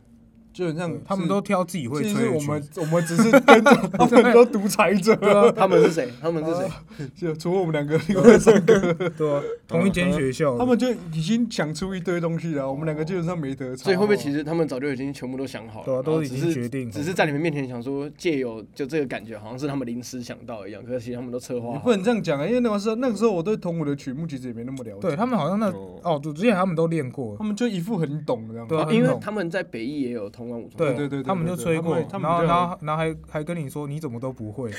Speaker 3: 基本上
Speaker 2: 他们
Speaker 3: 是
Speaker 2: 都挑自己会
Speaker 3: 其
Speaker 2: 吹的
Speaker 3: 实是我
Speaker 2: 曲
Speaker 3: 们
Speaker 2: 子
Speaker 3: 我们只是跟着他们都独裁者，
Speaker 1: 他们是谁？他们是谁？
Speaker 3: 就除了我们两个另外三个，
Speaker 2: 对啊，同一间学校的，
Speaker 3: 他们就已经想出一堆东西了，我们两个基本上没得差。
Speaker 1: 所以会不会其实他们早就已经全部都想好了，
Speaker 2: 对啊
Speaker 1: 然后
Speaker 2: 都已
Speaker 1: 只
Speaker 2: 经
Speaker 1: 是
Speaker 2: 决定好
Speaker 1: 只是在你们面前想说借由就这个感觉，好像是他们临时想到一样，可是其实他们都策划
Speaker 3: 你
Speaker 1: 好
Speaker 3: 不能这样讲啊，因为那个时候那个时候我对同舞的曲目其实也没那么了解，
Speaker 2: 对他们好像那
Speaker 1: 哦
Speaker 2: 哦，就之前他们都练过
Speaker 3: 他，们就一副很懂的样
Speaker 2: 对
Speaker 3: 子。
Speaker 2: 啊
Speaker 1: 哦因
Speaker 2: 很
Speaker 1: 为
Speaker 2: 懂
Speaker 1: 他们在北艺也有同管五重奏，
Speaker 2: 对
Speaker 3: 对对对
Speaker 2: 他们
Speaker 3: 对
Speaker 2: 就
Speaker 3: 对
Speaker 2: 吹
Speaker 3: 他
Speaker 2: 过，
Speaker 3: 们他
Speaker 2: 然
Speaker 3: 们
Speaker 2: 后
Speaker 3: 比较
Speaker 2: 然后然后还还跟你说你怎么都不 会，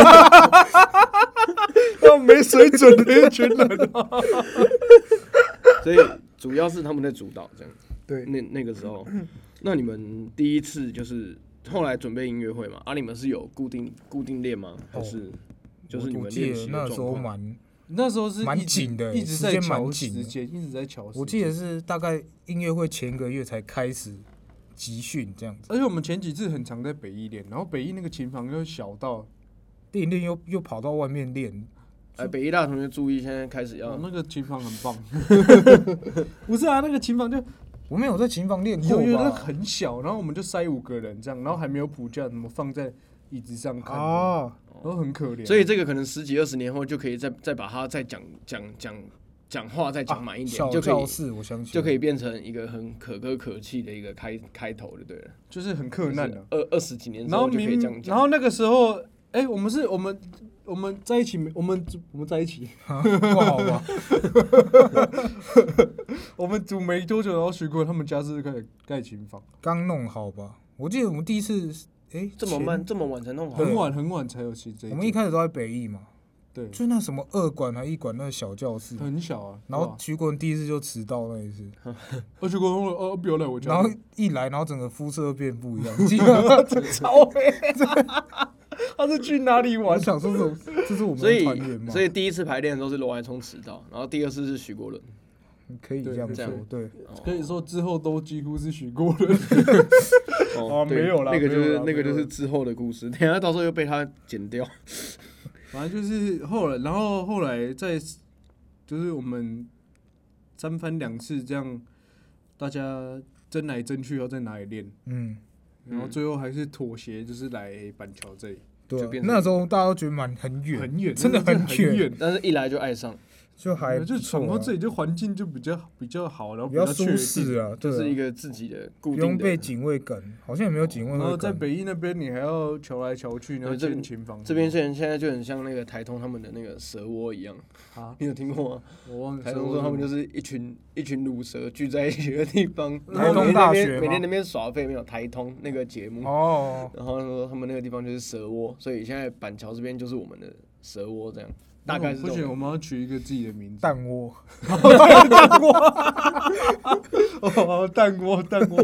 Speaker 3: 那没水准的 一群人啊！
Speaker 1: 所以
Speaker 2: 啊
Speaker 1: 主要是他们在主导这样。
Speaker 3: 对
Speaker 1: 那那个时候，
Speaker 2: 嗯
Speaker 1: 那你们第一次就是后来准备音乐会嘛？啊，你们是有固定固定练吗？还是就是你
Speaker 2: 哦我我
Speaker 1: 们
Speaker 2: 记
Speaker 1: 练
Speaker 2: 得
Speaker 1: 习的
Speaker 2: 那
Speaker 1: 状
Speaker 2: 时候
Speaker 1: 况？
Speaker 2: 蛮，
Speaker 3: 那时候是
Speaker 2: 蛮
Speaker 3: 一直
Speaker 2: 紧的
Speaker 3: 一直
Speaker 2: 时
Speaker 3: 在
Speaker 2: 间蛮
Speaker 3: 瞧
Speaker 2: 紧
Speaker 3: 时
Speaker 2: 的
Speaker 3: 间，一直在瞧时间。
Speaker 2: 我记得是大概音乐会前一个月才开始集训这样子，
Speaker 3: 而且我们前几次很常在北一练，然后北一那个琴房又小到
Speaker 2: 练一练又又跑到外面练，
Speaker 1: 哎，北艺大同学注意，现在开始要
Speaker 3: 哦，那个琴房很 棒。不是啊，那个琴房就
Speaker 2: 我没有在琴房练
Speaker 3: 因
Speaker 2: 过
Speaker 3: 为那
Speaker 2: 吧？
Speaker 3: 个很小，然后我们就塞五个人这样，然后还没有谱架，什么放在椅子上看，然
Speaker 2: 哦，
Speaker 3: 后很可怜。
Speaker 1: 所以这个可能十几二十年后就可以再再把它再讲讲讲讲话再讲满一点，
Speaker 2: 啊小
Speaker 1: 就可
Speaker 2: 教
Speaker 1: 以
Speaker 2: 室我想起
Speaker 1: 就可
Speaker 2: 以
Speaker 1: 以变成一个很可歌可泣的一个开开头就对了。
Speaker 3: 就是很克难
Speaker 1: 就是
Speaker 3: 啊。
Speaker 1: 二二十几年之
Speaker 3: 然后
Speaker 1: 后就可以
Speaker 3: 明
Speaker 1: 这样，
Speaker 3: 然
Speaker 1: 讲。
Speaker 3: 后那个时候，哎、我们是我们我们在一起没，我们我们在一起，
Speaker 2: 不好吧？
Speaker 3: 我们组没多久，然后徐坤他们家是开始盖琴房，
Speaker 2: 刚弄好吧？我记得我们第一次哎
Speaker 1: 这么
Speaker 2: 前
Speaker 1: 慢，这么晚才弄好
Speaker 2: 对
Speaker 3: 很晚很晚才有其实这
Speaker 2: 我们一
Speaker 3: 一
Speaker 2: 开始都在北艺嘛，
Speaker 3: 对，
Speaker 2: 就那什么二馆啊还一馆那个小教室，
Speaker 3: 很小啊。
Speaker 2: 嗯然后
Speaker 3: 对啊
Speaker 2: 徐国人第一次就迟到那一次，
Speaker 3: 呃徐坤说哦不要来我家，
Speaker 2: 然后一来，然后整个肤色变不一样， 你记得吗
Speaker 3: 超黑，他是去哪里
Speaker 2: 我
Speaker 3: 玩？
Speaker 2: 想说这种这是我们
Speaker 1: 所
Speaker 2: 的
Speaker 1: 以
Speaker 2: 团员嘛，
Speaker 1: 所以第一次排练的时候是罗怀聪迟到，然后第二次是许国伦，
Speaker 2: 可以这样
Speaker 3: 对
Speaker 1: 这
Speaker 2: 说
Speaker 1: 样，
Speaker 2: 对，
Speaker 3: 可以说之后都几乎是许过了。哦
Speaker 1: 对
Speaker 3: 没有啦
Speaker 1: 那个就
Speaker 3: 没
Speaker 1: 是
Speaker 3: 有啦
Speaker 1: 那个就
Speaker 3: 没有
Speaker 1: 是
Speaker 3: 啦
Speaker 1: 之后的故事，等一下到时候又被他剪掉。
Speaker 3: 反正就是后来，然后后来在就是我们三番两次这样，大家争来争去要在哪里练，
Speaker 2: 嗯，
Speaker 3: 然后最后还是妥协，就是来板桥这里，
Speaker 2: 对
Speaker 1: 就
Speaker 2: 啊
Speaker 1: 变，成
Speaker 2: 那时候大家都觉得蛮很远，
Speaker 3: 很远，
Speaker 2: 真的
Speaker 3: 的
Speaker 2: 很
Speaker 3: 远，
Speaker 2: 远
Speaker 1: 但是一来就爱上，
Speaker 2: 就还
Speaker 3: 就
Speaker 2: 不错啊
Speaker 3: 想到这里就环境就比较比较好，然后
Speaker 2: 比
Speaker 3: 较
Speaker 2: 较
Speaker 3: 确
Speaker 2: 舒适
Speaker 3: 定。
Speaker 2: 啊，
Speaker 1: 就
Speaker 2: 对啊，
Speaker 1: 是一个自己的固
Speaker 2: 不
Speaker 1: 定
Speaker 2: 用
Speaker 1: 的
Speaker 2: 被。警卫赶，好像也没有警卫
Speaker 3: 哦然后
Speaker 2: 会
Speaker 3: 在
Speaker 2: 赶，
Speaker 3: 北一那边，你还要瞧来瞧去，然
Speaker 1: 对
Speaker 3: 后
Speaker 1: 这
Speaker 3: 建琴房
Speaker 1: 这边虽然现在就很像那个台通他们的那个蛇窝一样，
Speaker 3: 啊，
Speaker 1: 你有听过吗？
Speaker 3: 我忘了
Speaker 1: 台中说他们就是是一群一群乳蛇聚在一起的地方，
Speaker 2: 台
Speaker 1: 然后
Speaker 2: 东
Speaker 1: 每天
Speaker 2: 大
Speaker 1: 那边
Speaker 2: 学吗
Speaker 1: 每天那边耍废没有台通那个节目，
Speaker 2: 哦，
Speaker 1: 然后他说他们那个地方就是蛇窝，所以现在板桥这边就是我们的蛇窝这样。大概是
Speaker 3: 不
Speaker 1: 这
Speaker 3: 行，
Speaker 1: 种
Speaker 3: 我
Speaker 2: 哦
Speaker 3: 们要取一个自己的名字。
Speaker 2: 蛋窝，
Speaker 3: 哦，蛋锅，蛋锅，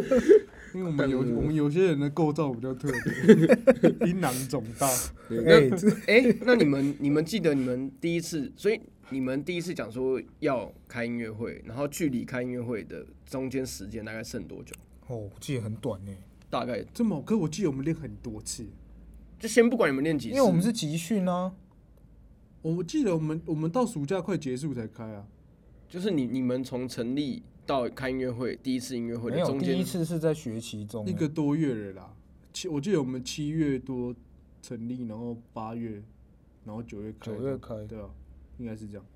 Speaker 3: 因为我们有
Speaker 1: 蛋锅
Speaker 3: 我们有些人的构造比较特别，阴囊肿大。
Speaker 2: 哎，
Speaker 1: 那
Speaker 2: 这
Speaker 1: 哎、那你们你们记得你们第一次，所以你们第一次讲说要开音乐会，然后距离开音乐会的中间时间大概剩多久？
Speaker 2: 哦，我记得很短呢，
Speaker 1: 大概
Speaker 3: 这某歌我记得我们练很多次，
Speaker 1: 就先不管你们练几
Speaker 2: 因
Speaker 1: 次，
Speaker 2: 为我们是集训啊，
Speaker 3: 我记得我们我们到暑假快结束才开啊。
Speaker 1: 就是你你们从成立到开音乐会第一次音乐会
Speaker 2: 没
Speaker 1: 的
Speaker 2: 有
Speaker 1: 中
Speaker 2: 第
Speaker 1: 间
Speaker 2: 一，次是在学期中
Speaker 3: 一个多月了啦。七，我记得我们七月多成立，然后八月，然后九月开的。
Speaker 2: 九月开
Speaker 3: 对啊，应该是这样。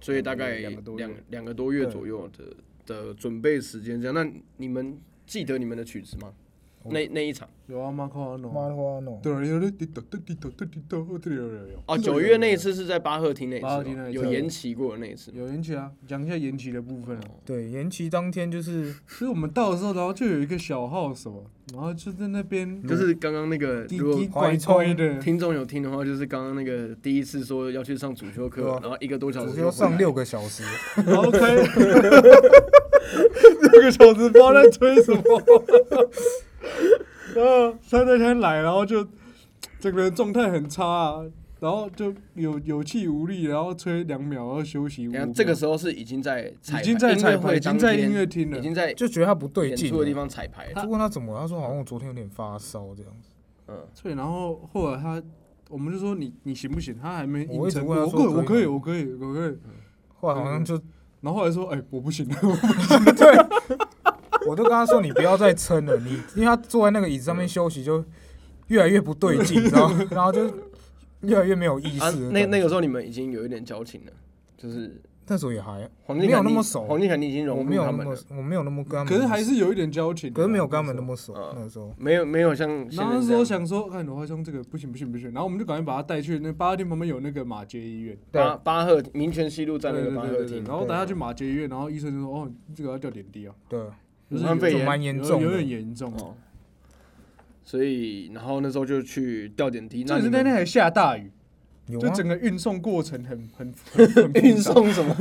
Speaker 1: 所以大概
Speaker 3: 两个多月
Speaker 1: 两两个多月
Speaker 2: 对
Speaker 1: 左右的的准备时间这样。那你们记得你们的曲子吗？那那一场
Speaker 3: 有啊，马克阿诺。
Speaker 2: 马花诺，
Speaker 3: 对啊，有有滴答滴滴答滴答滴答
Speaker 1: 哦，九月那一次是在巴赫厅那一
Speaker 3: 巴赫
Speaker 1: 次
Speaker 3: 厅那
Speaker 1: 吗，
Speaker 3: 一次
Speaker 1: 有延期过的那一次吗。哦
Speaker 3: 有延期啊，讲一下延期的部分啊。
Speaker 2: 对，延期当天就是
Speaker 3: 所以我们到的时候，然后就有一个小号什么，然后就在那边
Speaker 1: 就是刚刚那个，
Speaker 3: 滴
Speaker 1: 如果
Speaker 3: 滴怪怪的，
Speaker 1: 听众有听的话，就是刚刚那个第一次说要去上主修课
Speaker 2: 对啊，
Speaker 1: 然后一个多小
Speaker 2: 我
Speaker 1: 时哎
Speaker 2: 就
Speaker 1: 就
Speaker 2: 要上
Speaker 1: 六
Speaker 2: 六个小时，
Speaker 3: 然后 开六个小时，不知道在吹什么。 然后他那天来，然后就整个人状态很差、啊，然后就有有气无力，然后吹两秒，然后休息五
Speaker 1: 等一
Speaker 3: 秒
Speaker 1: 下。这个时候是已经在彩
Speaker 3: 已经在彩排，已经在音
Speaker 1: 音
Speaker 3: 乐
Speaker 1: 乐
Speaker 3: 厅
Speaker 1: 会当天
Speaker 3: 了
Speaker 1: 已。经在
Speaker 2: 就觉得他不对
Speaker 1: 演
Speaker 2: 劲
Speaker 1: 出的地
Speaker 2: 了。
Speaker 1: 方彩排
Speaker 2: 就
Speaker 1: 了。
Speaker 2: 问他怎么了，他说好像我昨天有点发烧这样子。
Speaker 1: 嗯，
Speaker 3: 对，然后后来他，我们就说你你行不行？他还没
Speaker 2: 我一
Speaker 3: 应
Speaker 2: 直
Speaker 3: 承
Speaker 2: 问
Speaker 3: 过，
Speaker 2: 他
Speaker 3: 我
Speaker 2: 说
Speaker 3: 我可
Speaker 2: 可
Speaker 3: 以，
Speaker 2: 以
Speaker 3: 我可以，我可以。
Speaker 2: 后来好像就
Speaker 3: 然后后来说，哎，我不行了。
Speaker 2: 我都跟他说你不要再撑了，你因为他坐在那个椅子上面休息就越来越不对 劲，你知道吗？然后就越来越没有意
Speaker 1: 啊
Speaker 2: 识的感觉。，
Speaker 1: 那那个时候你们已经有一点交情了，就是
Speaker 2: 那时候也还，
Speaker 1: 黄金
Speaker 2: 没有
Speaker 1: 凯
Speaker 2: 那
Speaker 1: 你
Speaker 2: 么熟
Speaker 1: 黄金凯你已经
Speaker 2: 我
Speaker 1: 融
Speaker 2: 没
Speaker 1: 入
Speaker 2: 有
Speaker 1: 他
Speaker 2: 那
Speaker 1: 们
Speaker 2: 么
Speaker 1: 了，
Speaker 2: 我没有那么跟他们，
Speaker 3: 可是还是有一点交情的啊，
Speaker 2: 可是没有跟他们
Speaker 3: 时
Speaker 2: 那
Speaker 3: 候
Speaker 2: 么熟
Speaker 1: 嗯
Speaker 2: 那时候。
Speaker 1: 没有没有像现
Speaker 3: 然后
Speaker 1: 在
Speaker 3: 那
Speaker 1: 这
Speaker 3: 时候
Speaker 1: 样。
Speaker 3: 想说，看罗怀兄这个不行不行不行，然后我们就赶快把他带去那八大厅旁边有那个马街医院，
Speaker 2: 对
Speaker 1: 巴巴赫民权西路
Speaker 3: 对
Speaker 1: 站那
Speaker 3: 对
Speaker 1: 个巴赫
Speaker 3: 对对，
Speaker 1: 厅
Speaker 3: 然，后带他去马街医院，然后医生就说，哦，这个要吊点滴啊，
Speaker 2: 对，
Speaker 1: 武汉肺
Speaker 2: 就
Speaker 1: 炎
Speaker 2: 蛮严重
Speaker 3: 有有点
Speaker 2: 的。
Speaker 3: 严重。
Speaker 1: 哦，所以然后那时候就去吊点滴，那
Speaker 3: 就是
Speaker 1: 你
Speaker 3: 那
Speaker 1: 们
Speaker 3: 天还下大雨，
Speaker 2: 有
Speaker 3: 就
Speaker 2: 啊，
Speaker 3: 整个运送过程很很很很
Speaker 1: 运送什么？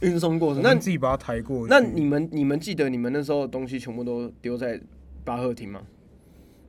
Speaker 1: 运送过
Speaker 2: 我
Speaker 1: 程？
Speaker 2: 们
Speaker 1: 那
Speaker 2: 自己把它抬过去。
Speaker 1: 那你们你们记得你们那时候东西全部都丢在巴赫 厅吗？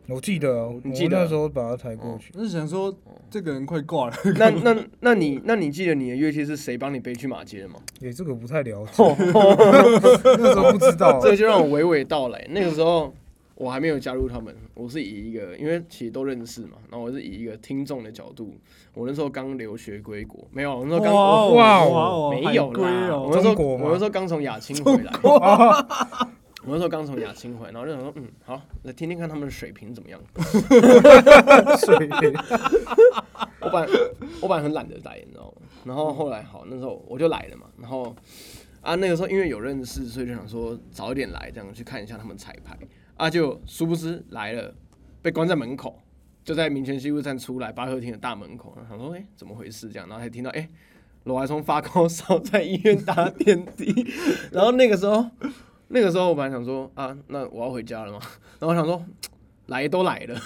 Speaker 2: 我记得啊，
Speaker 1: 你记得
Speaker 2: 我那时候把它抬过去，
Speaker 3: 我是想说这个人快挂了，
Speaker 1: 那那那你那你记得你的乐器是谁帮你背去马街的吗？
Speaker 2: 也这个不太了解， 那时候不 知道啊。
Speaker 1: 这就让我娓娓道来。那个时候我还没有加入他们，我是以一个因为其实都认识嘛，然后我是以一个听众的角度，我那时候刚留学归国，没有，我那时候刚
Speaker 3: 哦
Speaker 2: 哇哦
Speaker 3: 哦
Speaker 1: 没有
Speaker 3: 海龟
Speaker 1: 啦，
Speaker 3: 哦
Speaker 1: 我那时候
Speaker 2: 中国吗
Speaker 1: 我那时候刚从亚青回来， 我那时候刚从亚青回来，然后就想说，嗯，好，来听听看他们的水平怎么 样。
Speaker 2: 水
Speaker 1: 我本来我本来很懒得来，你知道吗？然后后来好，那时候我就来了嘛。然后啊，那个时候因为有认识，所以就想说早一点来，这样去看一下他们彩排。啊，就殊不知来了，被关在门口，就在民权西路站出来巴赫厅的大门口。然后想说，哎、怎么回事？这样，然后还听到，哎、罗怀聪发高烧在医院打点滴。 然后那个时候，那个时候我本来想说，啊，那我要回家了嘛。然后想说，来都来了。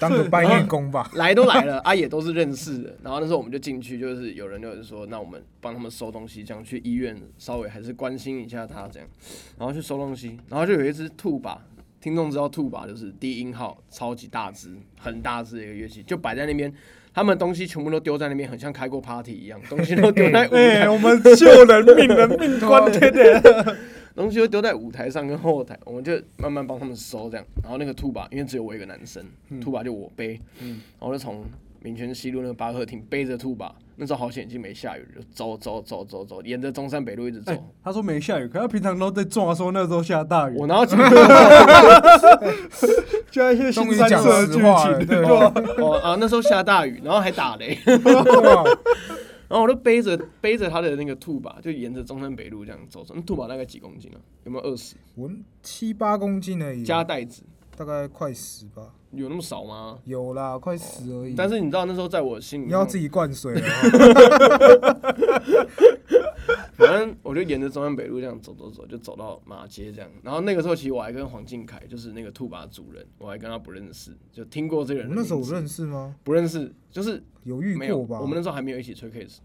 Speaker 2: 当个搬运 工吧。
Speaker 1: 来都来了，啊也都是认识的。然后那时候我们就进去，就是有人就是说，那我们帮他们收东西，这样去医院稍微还是关心一下他这样，然后去收东西，然后就有一只兔吧，听众知道兔吧就是低音号，超级大只，很大只的一个乐器，就摆在那边，他们东西全部都丢在那边，很像开过 party 一样，东西都丢在舞台
Speaker 3: 哎，我们救人命
Speaker 2: 啊
Speaker 3: 人命关天的，
Speaker 1: 东西就丢在舞台上跟后台，我们就慢慢帮他们收这样。然后那个兔吧，因为只有我一个男生，兔吧就我背，然后就从民权西路那个巴赫厅背着兔吧，那时候好险已经没下雨了，就走走走走走，沿着中山北路一直走。
Speaker 3: 哎，他说没下雨，可他平常都在撞，说那时候下大雨，
Speaker 1: 我哪有讲
Speaker 3: 加一些
Speaker 2: 终
Speaker 3: 新
Speaker 2: 于
Speaker 3: 三
Speaker 2: 讲
Speaker 3: 色
Speaker 2: 实
Speaker 3: 剧
Speaker 2: 话了，
Speaker 3: 情，
Speaker 2: 对吧？
Speaker 1: 哦啊，那时候下大雨，然后还打雷，然后我就背着背着他的那个兔吧，就沿着中山北路这样走走。那兔吧大概几公斤啊？有没有二十？
Speaker 2: 我七八公斤而已，
Speaker 1: 加袋子
Speaker 2: 大概快十吧，
Speaker 1: 有那么少吗？
Speaker 2: 有啦，快十而已。
Speaker 1: 但是
Speaker 2: 啊
Speaker 1: 你知道那时候在我心里，
Speaker 2: 你要自己灌水哦，
Speaker 1: 反正我就沿着中央北路这样走走走，就走到马街这样。然后那个时候其实我还跟黄敬凯，就是那个兔把主人，我还跟他不认识，就听过这个
Speaker 2: 我
Speaker 1: 人的名
Speaker 2: 们那
Speaker 1: 字。
Speaker 2: 时候认识吗？
Speaker 1: 不认识，就是
Speaker 2: 有遇
Speaker 1: 没有。
Speaker 2: 过吧？
Speaker 1: 我们那时候还没有一起吹 case，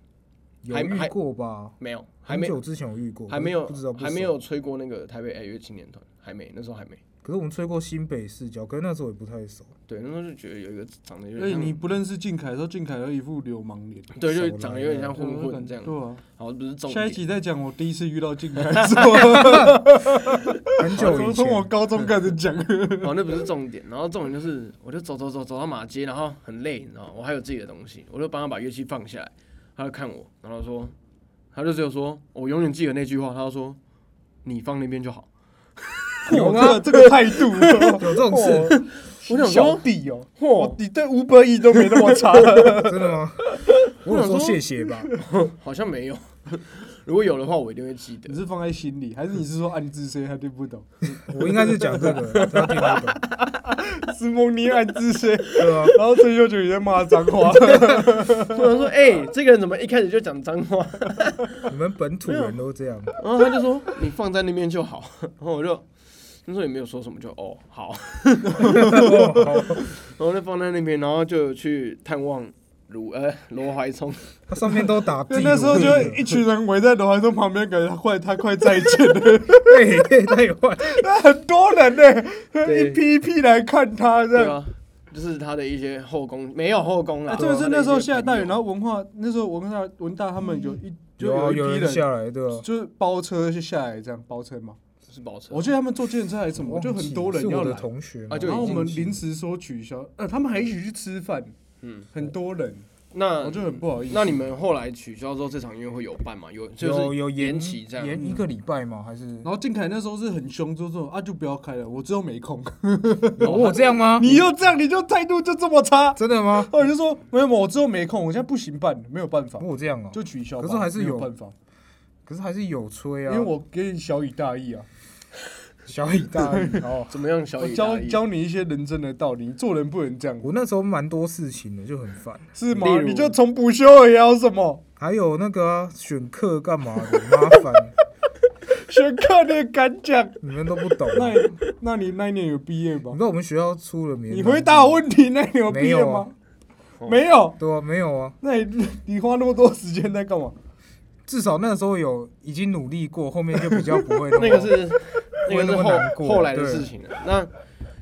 Speaker 2: 有
Speaker 1: 还
Speaker 2: 遇
Speaker 1: 还
Speaker 2: 过吧？
Speaker 1: 没有，还
Speaker 2: 很
Speaker 1: 没
Speaker 2: 久之前有遇过，
Speaker 1: 还没
Speaker 2: 不
Speaker 1: 有
Speaker 2: 知道不
Speaker 1: 还没
Speaker 2: 熟
Speaker 1: 有。吹过那个台北爱乐青年团，还没那时候还没。
Speaker 2: 可是我们吹过新北视角，可是那时候也不太 熟。
Speaker 1: 对，那时候就觉得有一个长得有
Speaker 3: 而
Speaker 1: 点
Speaker 3: 且
Speaker 1: 像，
Speaker 3: 你不认识靖凯的时候，靖凯都一副流氓脸，
Speaker 1: 对，
Speaker 2: 少
Speaker 1: 就
Speaker 2: 来
Speaker 1: 长得有点像
Speaker 2: 了
Speaker 1: 混混这样。
Speaker 3: 对啊。
Speaker 1: 好，不是重
Speaker 3: 下
Speaker 1: 点
Speaker 3: 一。集再讲我第一次遇到靖凯的时候，
Speaker 2: 很久以
Speaker 3: 从从我
Speaker 2: 前，
Speaker 3: 高中开始讲。
Speaker 1: 哦，那不是重点，然后重点就是，我就走走走走到马街，然后很累，你知道吗，我还有自己的东西，我就帮他把乐器放下来，他就看我，然后说，他就只有说，我永远记得那句话，他就说，你放那边就好。
Speaker 2: 有吗
Speaker 3: 哇这啊个这个态度，
Speaker 2: 有这种事，
Speaker 1: 我想
Speaker 3: 小
Speaker 1: 说，
Speaker 3: 弟哦，
Speaker 1: 嚯
Speaker 3: 我，你对五百亿都没那么 差。
Speaker 2: 真的吗？我有说谢谢吧？
Speaker 1: 好像没有， 如果有的话，我一定会记得
Speaker 3: 你。是放在心里，还是你是说暗自谁还听不懂？
Speaker 2: 我应该是讲这个， 他听不懂，
Speaker 3: 是蒙尼暗自谁？
Speaker 2: 对吧？
Speaker 3: 然后陈秀九也在骂脏 话。
Speaker 1: 突然说，哎、这个人怎么一开始就讲脏话？
Speaker 2: 你们本土人都这样，
Speaker 1: 然后他就说，你放在那边就好。然后我就那时候也没有说什么，就哦好。
Speaker 2: 哦好
Speaker 1: 然后就放在那边，然后就去探望卢呃罗怀聪。
Speaker 2: 它上面都打地
Speaker 3: 对，
Speaker 2: 图。
Speaker 3: 那时候就一群人围在罗怀东旁边，感觉他快他快再见 了，
Speaker 2: 对对太坏，
Speaker 3: 很多人呢，
Speaker 1: 对
Speaker 3: 一批一批来看他这
Speaker 1: 对
Speaker 3: 样。
Speaker 1: 啊，就是他的一些后宫没有后宫啦，
Speaker 3: 啊，就是
Speaker 1: 他
Speaker 3: 那时候
Speaker 1: 一些
Speaker 3: 下大雨，
Speaker 1: 朋友
Speaker 3: 然后文化那时候文大文大他们有一就
Speaker 2: 有啊
Speaker 3: 一
Speaker 2: 有
Speaker 3: 批
Speaker 2: 人下来对啊吧？
Speaker 3: 就是包车就下来这样包车嘛。
Speaker 1: 是包车
Speaker 3: 我，记得他们坐计程车还是什么，
Speaker 2: 啊忘记
Speaker 3: 就很多
Speaker 2: 是
Speaker 3: 人
Speaker 2: 我
Speaker 3: 要
Speaker 2: 的
Speaker 3: 来，
Speaker 2: 同学嘛
Speaker 1: 啊就已经
Speaker 3: 然后我们
Speaker 2: 进
Speaker 3: 临时说取消，呃，他们还一起去吃饭，
Speaker 1: 嗯，
Speaker 3: 很多人，
Speaker 1: 那
Speaker 3: 我就很不好意思。
Speaker 1: 那你们后来取消之后，这场音乐会有办吗？有就
Speaker 2: 有
Speaker 1: 是
Speaker 2: 有
Speaker 1: 延
Speaker 2: 延
Speaker 1: 期这样，哦
Speaker 2: 延一个礼拜吗？还是
Speaker 3: 然后靖凯那时候是很凶，就说啊就不要开了，我之后没 空。
Speaker 2: 有我这样吗？
Speaker 3: 你又这样，你就态度就这么差。
Speaker 2: 真的吗？
Speaker 3: 然后我就说没有，我之后没空，我现在不行办，没有办法，
Speaker 2: 我这样哦，
Speaker 3: 就取消吧。
Speaker 2: 可是还是
Speaker 3: 没
Speaker 2: 有
Speaker 3: 有办法，
Speaker 2: 可是还是有吹
Speaker 3: 因
Speaker 2: 啊，
Speaker 3: 为我给你小以大义啊，
Speaker 2: 小以大意哦。
Speaker 1: 怎么样？小啊
Speaker 3: 我
Speaker 1: 野
Speaker 3: 教
Speaker 1: 大意
Speaker 3: 教你一些人生的道理，你做人不能这样，
Speaker 2: 我那时候蛮多事情的，就很烦。
Speaker 3: 是吗
Speaker 1: 例？如
Speaker 3: 你就从补修也要什么
Speaker 2: 还有那个啊、选课干嘛的，麻烦
Speaker 3: 选课你也敢讲？
Speaker 2: 你们都不懂。
Speaker 3: 那
Speaker 2: 你
Speaker 3: 你那你那一年有毕业吗
Speaker 2: 知？道我们学校出了名？
Speaker 3: 你回答我？问题，那你有毕业吗？没有，
Speaker 2: 对啊，没有啊，
Speaker 3: 那你你花那么多时间在干嘛？
Speaker 2: 至少那时候有已经努力过，后面就比较不会那 么
Speaker 1: 那个是那个
Speaker 2: 会那
Speaker 1: 是
Speaker 2: 么难
Speaker 1: 后
Speaker 2: 过
Speaker 1: 后来的
Speaker 2: 对
Speaker 1: 事情了。那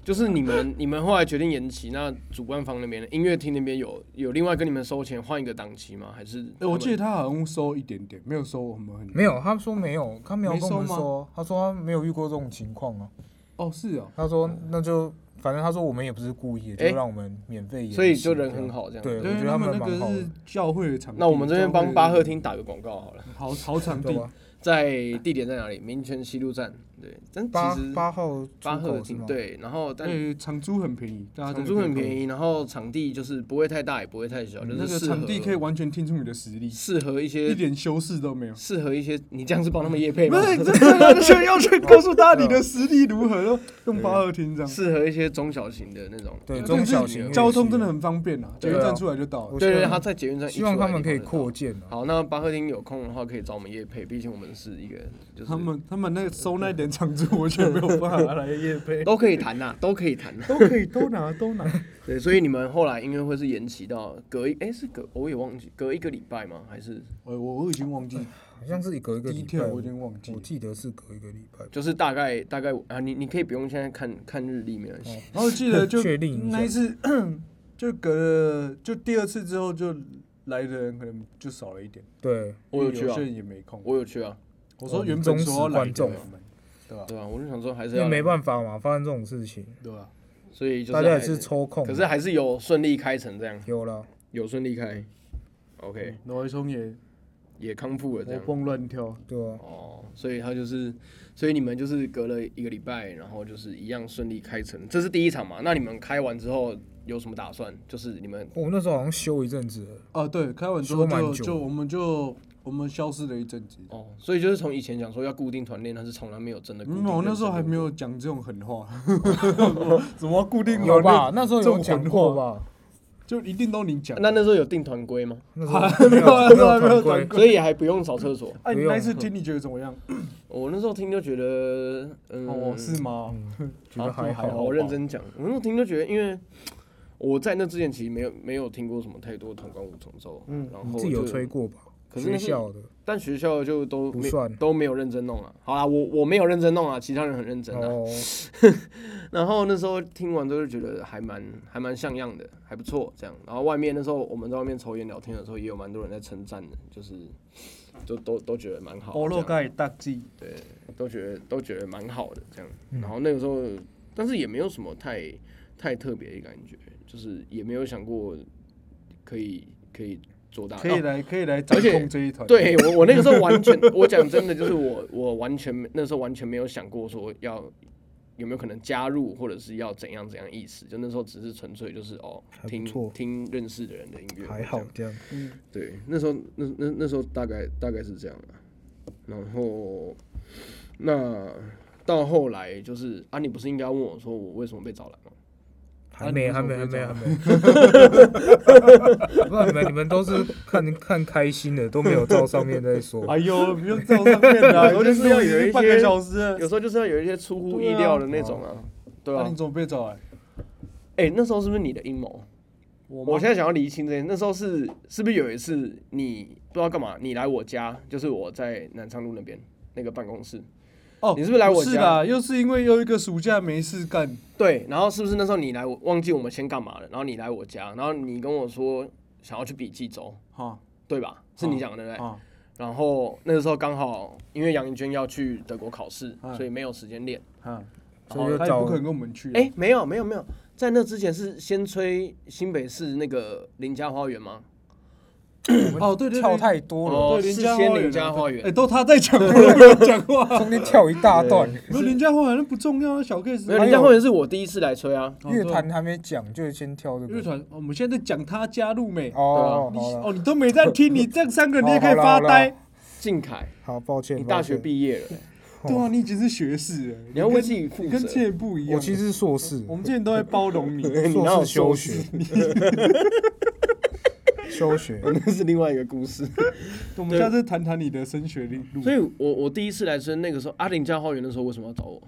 Speaker 1: 就是你们你们后来决定延期，那主办方那边音乐厅那边有有另外跟你们收钱换一个档期吗？还是
Speaker 3: 哎，我记得
Speaker 1: 得
Speaker 3: 他好像收一点点，没有收我们很
Speaker 2: 没有，他说没有，他没有
Speaker 3: 没
Speaker 2: 跟我们
Speaker 3: 收吗
Speaker 2: 说，他说他没有遇过这种情况啊。
Speaker 3: 哦，是哦，
Speaker 2: 他说那就反正他说我们也不是故意的，
Speaker 1: 哎
Speaker 2: 就让我们免费演戏，
Speaker 1: 所以就人很好这样。
Speaker 2: 对
Speaker 3: 因
Speaker 2: 我觉
Speaker 3: 为
Speaker 2: 得
Speaker 3: 他
Speaker 2: 他
Speaker 3: 们
Speaker 2: 们
Speaker 3: 那
Speaker 2: 蛮
Speaker 3: 个
Speaker 2: 好的
Speaker 3: 是教会的场地。
Speaker 1: 那我们这边
Speaker 3: 教
Speaker 1: 帮
Speaker 3: 会
Speaker 1: 巴赫厅打个广告好了，
Speaker 3: 好好场
Speaker 2: 对
Speaker 3: 地，
Speaker 2: 吧？
Speaker 1: 在地点在哪里？民权西路站。对，但
Speaker 2: 八
Speaker 1: 其实
Speaker 2: 八号
Speaker 1: 巴
Speaker 2: 出
Speaker 1: 赫
Speaker 2: 口是
Speaker 1: 厅
Speaker 2: 吗？
Speaker 1: 对，然后但
Speaker 3: 对，场租很便宜，大家
Speaker 1: 场租很便
Speaker 3: 宜，
Speaker 1: 宜，然后场地就是不会太大，也不会太小，就
Speaker 3: 嗯那
Speaker 1: 是
Speaker 3: 个
Speaker 1: 适
Speaker 3: 场地可以
Speaker 1: 合
Speaker 3: 完全听出你的实力，
Speaker 1: 适合一
Speaker 3: 一
Speaker 1: 些
Speaker 3: 点修饰都没有。
Speaker 1: 适合一些。你这样是帮他们夜配
Speaker 3: 不
Speaker 1: 吗？
Speaker 3: 是，这这完全要去 告诉他你的实力如何，用用八二听这样。
Speaker 1: 适合一些中小型的那种。
Speaker 2: 对
Speaker 1: 呃
Speaker 2: 中
Speaker 3: 重点是
Speaker 2: 小型
Speaker 3: 交通
Speaker 2: 乐器
Speaker 3: 真的很方便啊，捷
Speaker 1: 对啊
Speaker 3: 运站出来就到了。
Speaker 2: 我
Speaker 1: 对对，
Speaker 2: 希
Speaker 1: 对
Speaker 2: 望
Speaker 1: 他在捷运站一出
Speaker 2: 希
Speaker 1: 来
Speaker 2: 望
Speaker 1: 的地方就到。
Speaker 2: 他们可以扩建啊。
Speaker 1: 好，那巴赫汀有空的话可以找我们夜配，毕竟我们是一个就是
Speaker 3: 他们他们那个收那一点场租， 我觉得没有办法来夜配，
Speaker 1: 都可以谈呐、 啊都可以谈呐、
Speaker 3: 都可以都拿都拿。
Speaker 1: 对，所以你们后来音乐会是延期到隔一哎、是隔我也忘记隔一个礼拜吗？还是
Speaker 3: 我我已经忘记
Speaker 2: 好像是隔一个
Speaker 3: 第一
Speaker 2: 礼
Speaker 3: 天，
Speaker 2: 拜，
Speaker 3: 我已经忘记
Speaker 2: 我
Speaker 3: 了。
Speaker 2: 记得是隔一个礼拜。
Speaker 1: 就是大概大概啊，你你可以不用现在看看日历没关
Speaker 2: 嗯
Speaker 1: 系。
Speaker 3: 然后记得就
Speaker 2: 确定一下
Speaker 3: 那一次， 就隔了就第二次之后就来的人可能就少了一点，
Speaker 2: 对，
Speaker 1: 我有
Speaker 3: 因
Speaker 1: 去
Speaker 3: 为
Speaker 1: 啊
Speaker 3: 些，人也没空。
Speaker 1: 我有去啊，
Speaker 3: 我说原本说要来的人们，对吧？
Speaker 1: 对啊，我就想说还是
Speaker 2: 因为
Speaker 1: 要
Speaker 2: 没
Speaker 1: 法，
Speaker 2: 办法嘛，发生这种事情，
Speaker 3: 对吧？
Speaker 1: 所以就是
Speaker 2: 大家也
Speaker 1: 还
Speaker 2: 是抽空。
Speaker 1: 可是还是有顺利开成这样，
Speaker 2: 有了，
Speaker 1: 有顺利开，OK，
Speaker 2: 嗯
Speaker 3: 罗维聪也
Speaker 1: 也康复了这
Speaker 3: 活
Speaker 1: 样。
Speaker 3: 蹦乱跳，
Speaker 2: 对啊，
Speaker 1: 哦，所以他就是，所以你们就是隔了一个礼拜，然后就是一样顺利开成，这是第一场嘛？那你们开完之后有什么打算？就是你们
Speaker 2: 哦我那时候好像休一阵子了，
Speaker 3: 啊，对，开完之
Speaker 2: 说
Speaker 3: 后
Speaker 2: 蛮
Speaker 3: 就
Speaker 2: 久
Speaker 3: 就我们就我们消失了一阵子。
Speaker 1: 哦，所以就是从以前讲说要固定团练，但是从来没有真的固定。
Speaker 3: 嗯，我那时候还没。有讲这种狠话，什么固定
Speaker 2: 有
Speaker 3: 团练
Speaker 2: 啊吧？那时候
Speaker 3: 这
Speaker 2: 有
Speaker 3: 种
Speaker 2: 讲
Speaker 3: 混
Speaker 2: 过
Speaker 3: 话
Speaker 2: 吧？
Speaker 3: 就一定都你讲。
Speaker 1: 啊那那时候有定团 规吗？
Speaker 2: 那时候啊没有没有
Speaker 3: 没有
Speaker 2: 团
Speaker 3: 团
Speaker 2: 规，
Speaker 1: 所以还不用扫厕所。
Speaker 3: 哎，你
Speaker 2: 不用嗯
Speaker 3: 那一次听你觉得怎么样？
Speaker 1: 我那时候听就觉得，嗯，
Speaker 3: 哦，是吗？
Speaker 2: 觉得
Speaker 1: 好
Speaker 2: 还
Speaker 1: 还
Speaker 2: 好。
Speaker 1: 我认真讲，我那时候听就觉得，因为我在那之前其实没有没有听过什么太多团管五重奏，
Speaker 3: 嗯
Speaker 1: 然
Speaker 2: 你
Speaker 1: 后
Speaker 2: 自己有
Speaker 1: 就
Speaker 2: 吹，过吧？
Speaker 1: 可是
Speaker 2: 学
Speaker 1: 那是
Speaker 2: 校的
Speaker 1: 但学校就都
Speaker 2: 不
Speaker 1: 没
Speaker 2: 算
Speaker 1: 都没有认真弄了。好啦，我我没有认真弄啊，其他人很认真啊。
Speaker 2: 哦，
Speaker 1: 然后那时候听完之后就觉得还蛮还蛮像样的，还不错这样。然后外面那时候我们在外面抽烟聊天的时候，也有蛮多人在称赞的，就是都都都觉得蛮嗯好，
Speaker 3: 欧
Speaker 1: 这
Speaker 3: 洛
Speaker 1: 样
Speaker 3: 哦盖大 G，
Speaker 1: 都觉得都觉得蛮好的这样。
Speaker 2: 嗯
Speaker 1: 然后那个时候，但是也没有什么太太特别的感觉，就是也没有想过可以可以做大，
Speaker 3: 可以
Speaker 1: 的。
Speaker 3: 来可以来掌
Speaker 1: 啊哦而且
Speaker 3: 控这一团。，
Speaker 1: 对我，我那个时候完全，我讲真的，就是我，我完全没那时候完全没有想过说要有没有可能加入，或者是要怎样怎样意思。就那时候只是纯粹就是哦，
Speaker 2: 不
Speaker 1: 听
Speaker 2: 错
Speaker 1: 听认识的人的音乐，
Speaker 2: 还好这
Speaker 1: 啊
Speaker 2: 样。
Speaker 3: 嗯，
Speaker 1: 对，那时候那那那时候大概大概是这样啊。然后那到后来就是啊，你不是应该问我说我为什么被找来吗？
Speaker 2: 还没，
Speaker 3: 啊
Speaker 2: 还
Speaker 3: 你
Speaker 2: 没，还
Speaker 3: 为
Speaker 2: 没，
Speaker 3: 什
Speaker 2: 还
Speaker 3: 么
Speaker 2: 没。 不然你们你们都是看看开心的，都没有照上面 在说。
Speaker 1: 哦
Speaker 3: 哎呦，不用照上面啊了，
Speaker 1: 我就是要有一些
Speaker 3: 半个小时了。
Speaker 1: 有时候就是要有一些出乎意料的那种啊，对
Speaker 3: 那
Speaker 1: 啊
Speaker 3: 你。怎么被找来？
Speaker 1: 哎、那时候是不是你的阴谋？
Speaker 3: 我
Speaker 1: 我
Speaker 3: 吗
Speaker 1: 现在想要厘清这件事，那时候是是不是有一次你不知道干嘛，你来我家，就是我在南昌路那边那个办公室，
Speaker 3: 哦，
Speaker 1: 你是不是来我
Speaker 3: 是
Speaker 1: 家
Speaker 3: 啦，又是因为又一个暑假没事干，
Speaker 1: 对，然后是不是那时候你来我忘记我们先干嘛了，然后你来我家，然后你跟我说想要去笔记周，
Speaker 3: 哈
Speaker 1: 对吧？是你讲的对不对？
Speaker 3: 啊，
Speaker 1: 然后那个时候刚好因为杨银娟要去德国考试，
Speaker 3: 嗯
Speaker 1: 所以没有时间练。
Speaker 3: 啊，
Speaker 1: 然
Speaker 2: 所以
Speaker 1: 后
Speaker 2: 就
Speaker 3: 他也
Speaker 2: 找
Speaker 3: 不可能跟我们去啊。
Speaker 1: 哎，没有没有没有，在那之前是先吹新北市那个林家花园吗？
Speaker 3: 哦，对对对，
Speaker 4: 跳太多了，
Speaker 1: 哦，
Speaker 3: 对
Speaker 1: 是
Speaker 3: 林家
Speaker 1: 先
Speaker 3: 花
Speaker 1: 林
Speaker 3: 园
Speaker 1: 家
Speaker 3: 啊
Speaker 1: 花
Speaker 3: 哎，
Speaker 1: 园。
Speaker 3: 都他在讲，我没 有讲话。
Speaker 4: 中间跳一大段，
Speaker 3: 没有林家花园那不重要啊，小 case
Speaker 1: 没有林家花园是我第一次来吹啊，
Speaker 3: 哦
Speaker 4: 乐坛还没讲，就先跳这
Speaker 3: 乐
Speaker 4: 个。
Speaker 3: 团，哦我们现在在讲他加入
Speaker 1: 啊
Speaker 3: 美。
Speaker 4: 哦，
Speaker 3: 你
Speaker 4: 好了，
Speaker 3: 哦，你都没在听，你这三个你也可以
Speaker 1: 哦
Speaker 4: 好啦
Speaker 3: 发
Speaker 4: 好啦
Speaker 3: 呆。
Speaker 1: 靖凯，
Speaker 2: 嗯
Speaker 4: 好，抱歉。
Speaker 1: 你大学
Speaker 4: 抱歉
Speaker 1: 毕业了欸，
Speaker 3: 对啊，你已经是学士了，
Speaker 1: 你要为
Speaker 3: 跟
Speaker 1: 自己负
Speaker 3: 你
Speaker 1: 责
Speaker 3: 跟。之前不一样。啊
Speaker 2: 我其实是硕士
Speaker 3: 我，们之前都在包 容你，
Speaker 1: 你哪有
Speaker 2: 硕士休
Speaker 1: 修
Speaker 2: 学，
Speaker 4: 休学，
Speaker 1: 那是另外一个故事。
Speaker 3: 我们下次谈谈你的升学历路。
Speaker 1: 所以我我第一次来生那个时候，阿啊林家花园的时候为什么要找我？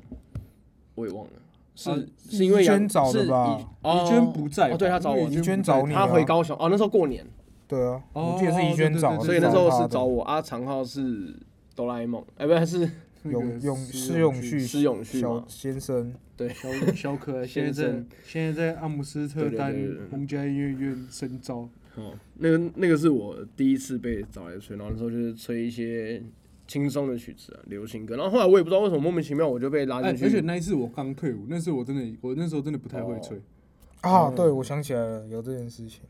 Speaker 1: 我也忘了，是、
Speaker 3: 啊
Speaker 1: 是因为
Speaker 2: 怡
Speaker 1: 杨
Speaker 2: 娟找的
Speaker 1: 是
Speaker 2: 吧
Speaker 1: 怡哦
Speaker 3: 怡娟不在吧
Speaker 1: 哦，对他找我
Speaker 3: 因为，
Speaker 2: 怡娟找你啊，
Speaker 1: 他回高雄哦，那时候过年，
Speaker 2: 对啊，
Speaker 3: 哦
Speaker 2: 我记得是怡娟找的，
Speaker 1: 所以那时候是找
Speaker 2: 找
Speaker 1: 我。阿长浩是哆啦 A 梦，哎，不是
Speaker 2: 他的永永
Speaker 3: 是
Speaker 2: 施永旭
Speaker 1: 是施永旭
Speaker 2: 小
Speaker 1: 吗
Speaker 2: 先生，
Speaker 3: 小小可爱，现在在现在在阿姆斯特丹
Speaker 1: 对对对对对
Speaker 3: 皇家音乐院深造。
Speaker 1: 哦， 那个那个是我第一次被找来吹，然后那时候就是吹一些轻松的曲子啊，流行歌。然后后来我也不知道为什么莫名其妙我就被拉
Speaker 3: 哎，
Speaker 1: 进
Speaker 3: 而且
Speaker 1: 去，哦
Speaker 3: 那一次我刚退伍，那次我真的，我那时候真的不太会吹，
Speaker 2: 啊，对，我想起来了，有这件事情，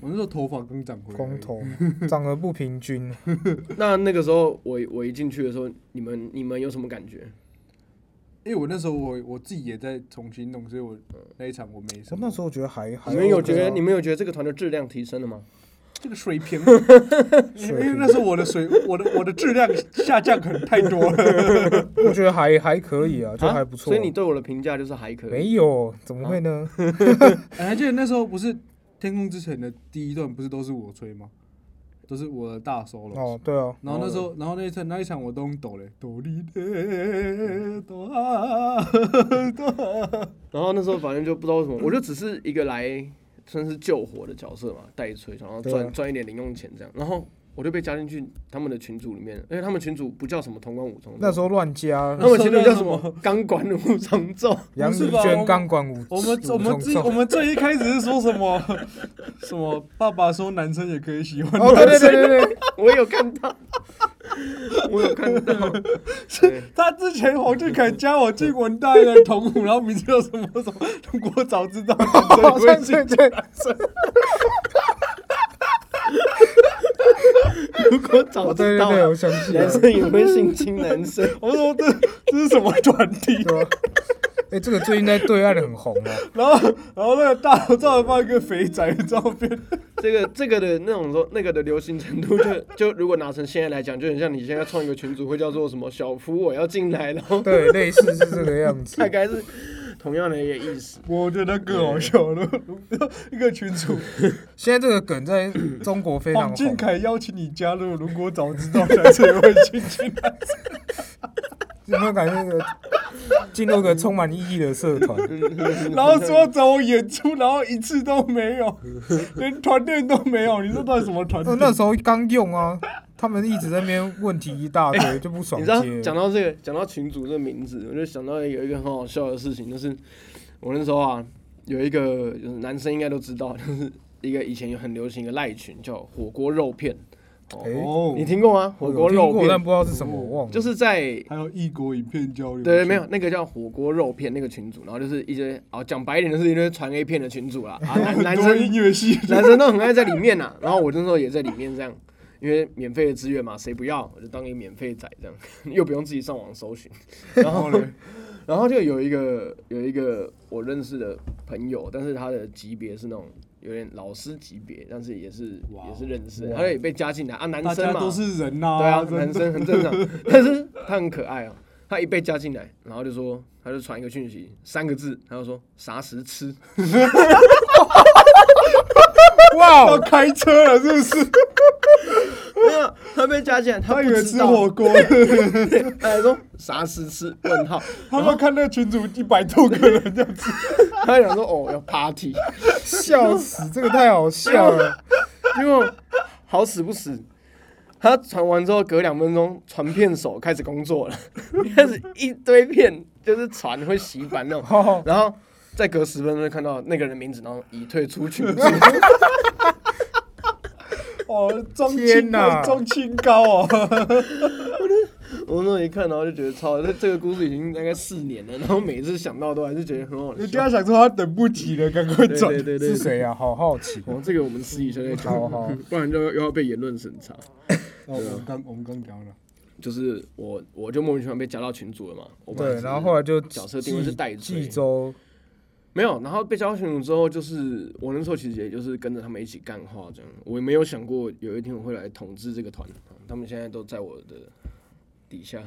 Speaker 3: 我那时候头发刚长回来。
Speaker 2: 光。头长得不平均，
Speaker 1: 那那个时候我我一进去的时候，你们你们有什么感觉？
Speaker 3: 因为我那时候我我自己也在重新弄，所以我那一场我没什
Speaker 2: 我
Speaker 3: 么。
Speaker 2: 那时候觉得还还
Speaker 1: 你们有
Speaker 2: OK
Speaker 1: 觉
Speaker 2: 啊
Speaker 1: 得你们有觉得这个团的质量提升了吗？
Speaker 3: 这个水平，因
Speaker 2: 水
Speaker 3: 为
Speaker 2: 平
Speaker 3: 那时候我的水，我的我的质量下降可能太多 了。
Speaker 2: 我觉得还还可以啊，就
Speaker 1: 啊
Speaker 2: 还不错。
Speaker 1: 所以你对我的评价就是还可以。
Speaker 2: 没有？怎么会呢？
Speaker 3: 哎还记得那时候不是《天空之城》的第一段不是都是我吹吗？都是我的大 solo。
Speaker 2: 哦，对啊，
Speaker 3: 然后那时候，然后那一场那一场我都用抖嘞，抖哩
Speaker 2: 嗯
Speaker 3: 嘞，抖啊抖啊。
Speaker 1: 然后那时候反正就不知道为什么，我就只是一个来算是救火的角色嘛，代吹，然后
Speaker 2: 对啊
Speaker 1: 赚赚一点零用钱这样。然后我就被加进去他们的群组里面，因为他们群组不叫什么同管五重奏，
Speaker 2: 那时候乱加
Speaker 1: 他们群组叫什么钢管五重 奏，
Speaker 2: 杨
Speaker 3: 不是
Speaker 2: 宇
Speaker 3: 吧我
Speaker 2: 轩
Speaker 3: 们
Speaker 2: 钢管舞，
Speaker 3: 我们我们最我们最一开始是说什么？ 什么爸爸说男生也可以喜欢
Speaker 2: 哦，对对对对对，
Speaker 1: 我有看到，我有看到，对
Speaker 3: 他之前黄俊凯加我进文大一的同舞，然后名字叫什么什么？如果我早知 道，
Speaker 2: 好
Speaker 3: 我
Speaker 2: 像
Speaker 3: 进
Speaker 2: 对对，
Speaker 1: 如果早
Speaker 2: 哦对
Speaker 1: 知
Speaker 2: 对
Speaker 1: 道啊
Speaker 2: 对， 我想起
Speaker 1: 男
Speaker 2: 来了，
Speaker 1: 生也会性侵男 生，
Speaker 3: 我说这这是什么团体？
Speaker 2: 对啊。哎，这个最近在对岸 很红啊，
Speaker 3: 然后然后那个大头照放一个肥宅的照 片，
Speaker 1: 这个这个的那种说那个的流行程度就，就如果拿成现在来讲，就很像你现在创一个群组，会叫做什么“小夫我要进来”，然后
Speaker 2: 对，类似是这个样子
Speaker 1: 大。概是同样的一个意思。
Speaker 3: 我觉得更好笑了。一个群主，
Speaker 2: 现在这个梗在中国非常
Speaker 3: 黄
Speaker 2: 红
Speaker 3: 俊，凯邀请你加入，如果早知道来这会进去。
Speaker 2: 有没有感觉这个进入一个充满意义的社 团？
Speaker 3: 然后说要找我演出，然后一次都没有， 连团队都没有。你说到底什么团队
Speaker 2: 我？ 那时候刚用啊，他们一直在那边问题一大堆，就不
Speaker 1: 哎
Speaker 2: 爽
Speaker 1: 你知道
Speaker 2: 接。
Speaker 1: 讲到这个，讲到群主这个名字，我就想到有一个很好笑的事情，就是我那时候啊，有一个就是男生应该都知道，就是一个以前有很流行的赖群，叫火锅肉片，
Speaker 2: 哎，
Speaker 3: 哦
Speaker 1: 你听过吗？火
Speaker 2: 我
Speaker 1: 锅
Speaker 2: 有听
Speaker 1: 肉
Speaker 2: 过，但
Speaker 1: 片
Speaker 2: 不知道是什么，我忘了。
Speaker 1: 就是在
Speaker 3: 还有异国影片交流。
Speaker 1: 对，没有那个叫火锅肉片那个群组，然后就是一些哦讲白一点就是一堆传 A 片的群组啦，啊男
Speaker 3: 很
Speaker 1: 男
Speaker 3: 多音
Speaker 1: 生
Speaker 3: 乐系。
Speaker 1: 男生都很爱在里面呐、然后我那时候也在里面这样，因为免费的资源嘛，谁不要我就当一个免费仔这样， 又不用自己上网搜寻， 然后呢，然后就有一个有一个我认识的朋友，但是他的级别是那种。有点老师级别，但是也是
Speaker 3: 哇
Speaker 1: 也是认识的，他也被加进来啊，男
Speaker 3: 大
Speaker 1: 生
Speaker 3: 家
Speaker 1: 嘛，
Speaker 3: 都是人呐、
Speaker 1: 对啊，
Speaker 3: 真的
Speaker 1: 男生很正常， 但是他很可爱啊。他一被加进来，然后就说，他就传一个讯息，三个字，他就说啥时吃，
Speaker 2: 哇
Speaker 3: 要
Speaker 2: 哦，
Speaker 3: 开车了，是不是？
Speaker 1: 没有，他被加进来，他
Speaker 3: 他
Speaker 1: 不
Speaker 3: 以为
Speaker 1: 知
Speaker 3: 吃
Speaker 1: 道，
Speaker 3: 火锅，
Speaker 1: 他还说啥时吃？问号，
Speaker 3: 他们看那个群主一百多个人这样子，
Speaker 1: 他想说哦要 party，
Speaker 2: 笑死，这个太好笑了。
Speaker 1: 结果好死不死，他传完之后隔两分钟，传片手开始工作了， 开始一堆片就是传会洗版那种，
Speaker 2: 哦，
Speaker 1: 然后再隔十分钟就看到那个人的名字，然后已退出群 组。
Speaker 3: 哦，装
Speaker 2: 天
Speaker 3: 清
Speaker 2: 哪
Speaker 3: 高，装清高 哦，
Speaker 1: 我那时候一看，然后就觉得超，这这个故事已经大概四年了，然后每次想到都还是觉得很好
Speaker 3: 人
Speaker 1: 笑。
Speaker 3: 家想说他等不及了，赶快
Speaker 1: 对
Speaker 3: 转
Speaker 1: 对。对对
Speaker 2: 是，谁啊？好好奇。
Speaker 1: 哦，这个我们私底下再
Speaker 2: 好
Speaker 1: 讲，
Speaker 2: 好，
Speaker 1: 不然就又要被言论审查。
Speaker 3: 哦，我们刚我们刚聊了，
Speaker 1: 就是我，我就莫名其妙被加到群组了嘛。我本来
Speaker 2: 对，
Speaker 1: 是
Speaker 2: 然后后来就
Speaker 1: 角色定位是
Speaker 2: 冀
Speaker 1: 代罪
Speaker 2: 冀州，
Speaker 1: 没有，然后被加到群组之后，就是我那时候其实也就是跟着他们一起干话这样。我也没有想过有一天我会来统治这个团，啊他们现在都在我的底下。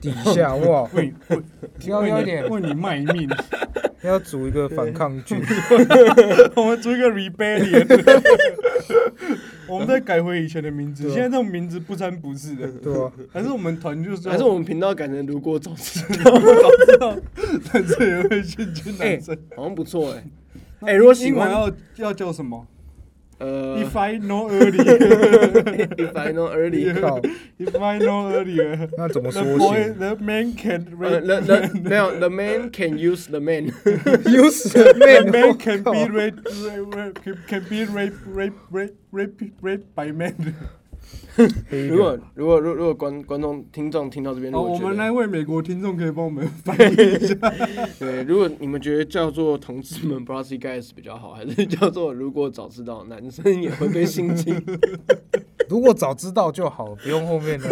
Speaker 2: 底下 哇，
Speaker 3: 为
Speaker 2: 要要一点
Speaker 3: 为你卖命，
Speaker 2: 要组一个反抗军，
Speaker 3: 我们做一个 rebellion，我们再改回以前的名字，
Speaker 2: 对啊
Speaker 3: 现在这种名字不三不四的，
Speaker 2: 对吧？
Speaker 3: 还是我们团就是要
Speaker 1: 还是我们频道改成如果早知道，
Speaker 3: 男生也会进军男生。
Speaker 1: 好像不错哎、哎、如果喜
Speaker 3: 英文
Speaker 1: 欢
Speaker 3: 要要叫什么
Speaker 1: 呃
Speaker 3: ？If I know earlier,
Speaker 1: if I know early。
Speaker 2: 靠，
Speaker 3: if I know earlier,
Speaker 2: 那怎么
Speaker 3: the
Speaker 2: 缩
Speaker 3: boy,
Speaker 2: 写
Speaker 3: the man can
Speaker 1: 呃
Speaker 3: read,
Speaker 1: the the 没有 the man can use the man，
Speaker 2: ？Use
Speaker 3: the
Speaker 2: man，哦
Speaker 3: man can
Speaker 2: 我
Speaker 3: be
Speaker 2: 靠
Speaker 3: raped, raped, can be raped, raped, raped, raped, raped by man.
Speaker 2: 黑
Speaker 1: 如
Speaker 2: 人
Speaker 1: 果如果如果如果观观众听众听到这边，如
Speaker 3: 好，
Speaker 1: 果
Speaker 3: 哦我
Speaker 1: 觉得
Speaker 3: 们来为美国听众可以帮我们 翻译一下。
Speaker 1: 对，如果你们觉得叫做同志们 Brassy Guys 比较好，还是叫做如果早知道男生也会被性侵？
Speaker 2: 如果早知道就好，不用后面的，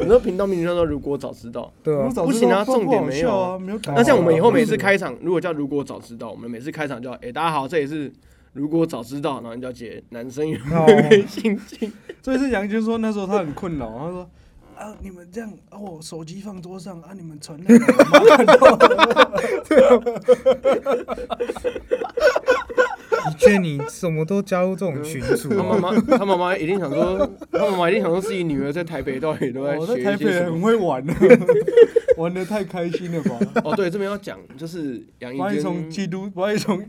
Speaker 1: 很多频道名称说如果早知道，
Speaker 2: 对
Speaker 3: 我
Speaker 2: 吧？
Speaker 3: 早
Speaker 1: 不
Speaker 3: 知
Speaker 1: 行
Speaker 3: 道
Speaker 1: 啊
Speaker 3: 不好
Speaker 1: 重点没有
Speaker 3: 笑
Speaker 1: 啊
Speaker 3: 啊，没有感觉。
Speaker 1: 那像我们以后每
Speaker 3: 不
Speaker 1: 次
Speaker 3: 是
Speaker 1: 开场，如果叫如果早知道，我们每次开场叫哎大家好，这里是如果早知道，然后你就要接男生也
Speaker 3: 哦
Speaker 1: 会被性侵。
Speaker 3: 所以是杨军说那时候他很困扰，他说。啊！你们这样啊，我手机放桌上啊，你们传那个，我妈看到
Speaker 2: 的确，你什么都加入这种群组
Speaker 1: 他妈
Speaker 2: 啊，
Speaker 1: 妈他妈妈一定想说，他妈妈一定想说自己女儿在台北到底都在
Speaker 3: 我
Speaker 1: 学
Speaker 3: 哦在
Speaker 1: 一
Speaker 3: 台
Speaker 1: 些
Speaker 3: 北
Speaker 1: 什么
Speaker 3: 很。会玩的， 玩的太开心了吧？
Speaker 1: 哦，对，这边要讲就是杨一
Speaker 3: 万一从
Speaker 1: 坚，
Speaker 3: 基督，万一从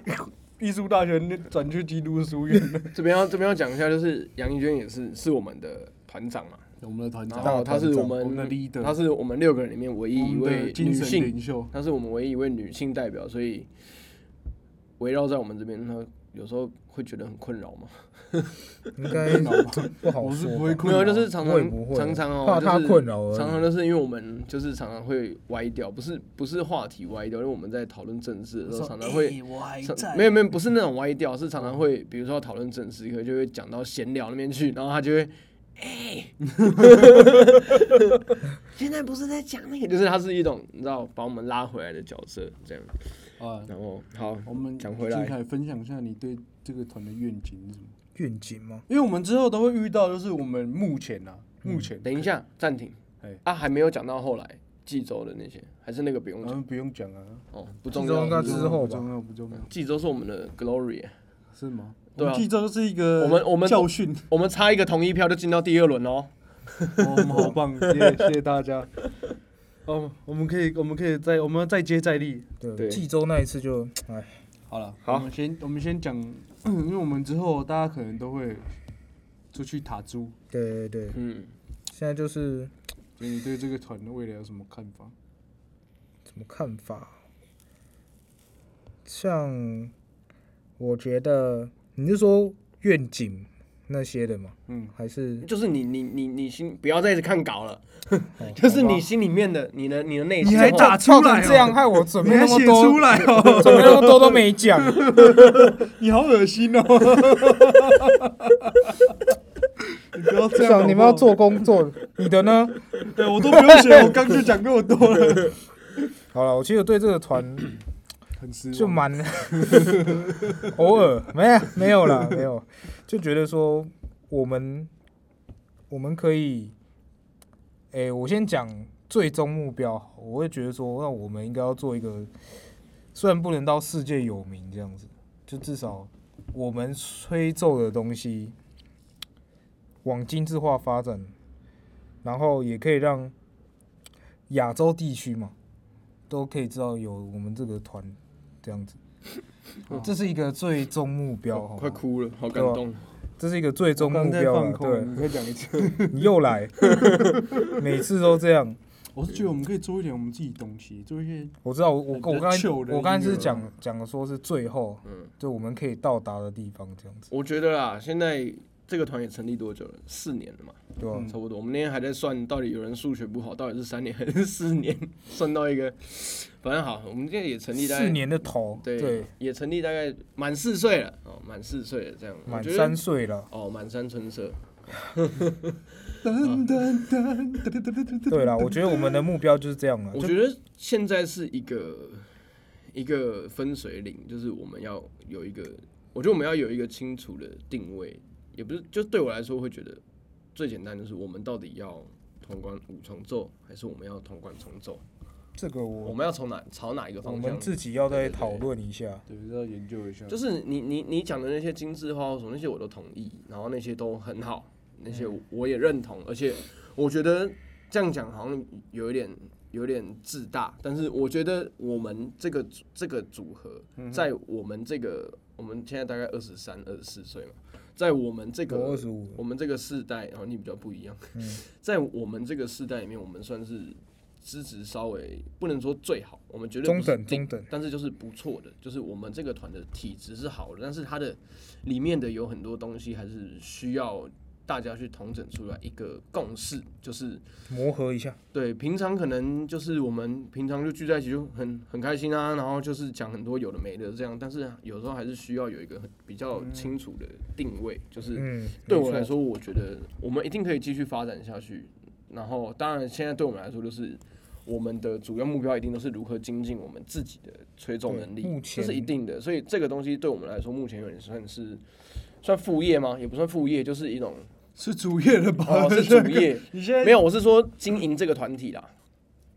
Speaker 3: 艺术大学转去基督书院呢？
Speaker 1: 这边要这边要讲一下，就是杨一娟也是是我们的团长嘛，
Speaker 3: 我们的团
Speaker 1: 然后她是我们
Speaker 3: 我们的 leader
Speaker 1: 她是我们六个人里面唯一一位
Speaker 3: 精
Speaker 1: 女
Speaker 3: 神领
Speaker 1: 性，
Speaker 3: 袖，
Speaker 1: 她是我们唯一一位女性代表，所以围绕在我们这边，她有时候会觉得很困扰嘛。
Speaker 2: 应
Speaker 1: 哎
Speaker 2: 该 不好
Speaker 3: 我是不
Speaker 2: 说
Speaker 1: 没
Speaker 2: 吧。
Speaker 3: 会困
Speaker 1: 有，啊
Speaker 3: 扰，
Speaker 1: 就是常
Speaker 2: 我也不
Speaker 1: 常
Speaker 2: 会
Speaker 1: 常常哦，
Speaker 2: 怕她
Speaker 1: 就是
Speaker 2: 困扰而已
Speaker 1: 常常就是因为我们就是常常会歪掉，不是不是话题歪掉，因为我们在讨论政治的时候，常常会。
Speaker 3: 欸我还
Speaker 1: 常
Speaker 3: 在，
Speaker 1: 没有没有，不是那种歪掉，是常常会，比如说讨论政治，可能就会讲到闲聊那边去，然后他就会，哎、 现在不是在讲那个，就是他是一种你知道把我们拉回来的角色这样，
Speaker 2: 嗯
Speaker 3: 啊。
Speaker 1: 然后好，
Speaker 3: 我们
Speaker 1: 讲回来
Speaker 3: 俊凯分享一下你对这个团的愿景是什么？
Speaker 2: 愿景吗？
Speaker 3: 因为我们之后都会遇到，就是我们目前啊，目前
Speaker 1: 等一下暂停
Speaker 3: 哎，
Speaker 1: 啊还没有讲到后来，济州的那些，还是那个不用讲
Speaker 3: 嗯，不用讲啊，
Speaker 1: 哦，不
Speaker 2: 济
Speaker 1: 重
Speaker 2: 州
Speaker 1: 要。
Speaker 2: 应该
Speaker 1: 不
Speaker 2: 之
Speaker 1: 重要
Speaker 2: 后
Speaker 3: 不
Speaker 2: 吧
Speaker 3: 重要不重要，
Speaker 1: 济州是我们的 glory，
Speaker 3: 是吗？
Speaker 1: 对啊
Speaker 3: 我们济州是一个
Speaker 1: 我们我们
Speaker 3: 教训，
Speaker 1: 我们差一个同一票就进到第二轮哦。
Speaker 3: 哦我们好棒，谢谢谢谢大家。哦，我们可以我们可以再我们再接再厉。
Speaker 1: 对
Speaker 2: 对，济州那一次就，哎，
Speaker 3: 好了，
Speaker 1: 好
Speaker 3: 我们先我们先讲，因为我们之后大家可能都会出去塔珠，
Speaker 2: 对对对，
Speaker 1: 嗯，
Speaker 2: 现在就是
Speaker 3: 所以你对这个团的未来有什么看法？
Speaker 2: 什么看法？像我觉得你是说愿景那些的吗？
Speaker 3: 嗯，
Speaker 2: 还是
Speaker 1: 就是你你你你心不要再一直看稿了，
Speaker 2: 哦
Speaker 1: 就是
Speaker 2: 好吧
Speaker 1: 你心里面的你的你的内心。
Speaker 3: 你还打出
Speaker 4: 跳
Speaker 3: 来
Speaker 4: 成
Speaker 3: 哦
Speaker 4: 这样，害我准备那么多，
Speaker 3: 来哦，
Speaker 4: 准备那么多都没 讲。
Speaker 3: 你好恶 心哦！你不要 这样好不好
Speaker 4: 想你们要做工作，你的呢？
Speaker 3: 对我都不 用写，我刚就讲够多 了，
Speaker 2: 好了，我其实对这个团
Speaker 3: 很失望。
Speaker 2: 就蛮
Speaker 4: 偶尔
Speaker 2: 没有没有啦，没有，就觉得说我们我们可以，诶、我先讲最终目标，我会觉得说，那我们应该要做一个，虽然不能到世界有名这样子，就至少我们吹奏的东西往精致化发展，然后也可以让亚洲地区嘛都可以知道有我们这个团这样子。这是一个最终目标，好吗
Speaker 1: 哦快哭了，好感
Speaker 2: 对啊
Speaker 1: 动。
Speaker 2: 这是一个最终目
Speaker 3: 刚在
Speaker 2: 标
Speaker 3: 放
Speaker 2: 了。
Speaker 3: 空，
Speaker 2: 对，
Speaker 3: 你再讲一次。
Speaker 2: 你又来， 每次都这样。
Speaker 3: 我是觉得我们可以做一点我们自己东西，做一些
Speaker 2: 我知道，我我
Speaker 3: 比较
Speaker 2: 我刚才
Speaker 3: chill 的
Speaker 2: 我刚才
Speaker 3: 音乐
Speaker 2: 是
Speaker 3: 啊
Speaker 2: 讲讲的说是最后，
Speaker 1: 嗯
Speaker 2: 就我们可以到达的地方这样子，
Speaker 1: 我觉得啦，现在这个团也成立多久了？四年了嘛，
Speaker 2: 对吧、
Speaker 3: 嗯
Speaker 1: 哦差不多。我们那天还在算，到底有人数学不好，到底是三年还是四年？ 算到一个，反正好，我们现在也成立大概
Speaker 2: 四，年的头，
Speaker 1: 对，
Speaker 2: 对，
Speaker 1: 也成立大概满四岁了哦，满四岁了这样。
Speaker 2: 满
Speaker 1: 我觉得
Speaker 2: 三岁 了。
Speaker 1: 哦，满山春色。
Speaker 3: 噔噔噔噔噔噔噔
Speaker 2: 对啦，我觉得我们的目标就是这样了。
Speaker 1: 我
Speaker 2: 啊就
Speaker 1: 觉得现在是一个一个分水岭，就是我们要有一个，我觉得我们要有一个清楚的定位，也不是就对我来说会觉得最简单就是我们到底要通关五重奏，还是我们要通关重奏？
Speaker 2: 这个
Speaker 1: 我
Speaker 2: 我
Speaker 1: 们要从哪朝哪一个
Speaker 2: 我
Speaker 1: 方向
Speaker 2: 们？自己要
Speaker 1: 对
Speaker 2: 再
Speaker 1: 对对
Speaker 2: 讨论一下。
Speaker 3: 对，要研究一下。
Speaker 1: 就是是你你你讲的那些精致化或什么那些我都同意，然后那些都很好，
Speaker 2: 嗯
Speaker 1: 那些我我也认同，而且我觉得这样讲好像有一点有点自大，但是我觉得我们这个组这个组合，
Speaker 2: 嗯
Speaker 1: 在我们这个我们现在大概二十三二十四岁嘛，在我们这个
Speaker 2: 我二十五，嗯
Speaker 1: 我们这个世代，然后你比较不一样， 在我们这个世代里面，我们算是资质稍微不能说最好，我们绝对不是
Speaker 2: 中等
Speaker 1: 顶
Speaker 2: 中等
Speaker 1: 但是就是不错的，就是我们这个团的体质是好的，但是它的里面的有很多东西还是需要大家去统整出来一个共识，就是
Speaker 2: 磨合一下。
Speaker 1: 对，平常可能就是我们平常就聚在一起就很很开心啊，然后就是讲很多有的没的这样，但是有时候还是需要有一个很比较清楚的定位，就是
Speaker 2: 嗯，
Speaker 1: 对
Speaker 2: 没
Speaker 1: 我
Speaker 2: 错
Speaker 1: 来，说，我觉得我们一定可以继续发展下去。然后，当然，现在对我们来说，就是我们的主要目标一定都是如何精进我们自己的吹奏能力
Speaker 2: 对目，
Speaker 1: 这
Speaker 2: 前
Speaker 1: 是一定的。所以，这个东西对我们来说，目前有点算是算副业吗？也不算副业，就是一种
Speaker 3: 是主业了吧？
Speaker 1: 哦，是主。业。
Speaker 3: 你现在
Speaker 1: 没有，我是说经营这个团体啦，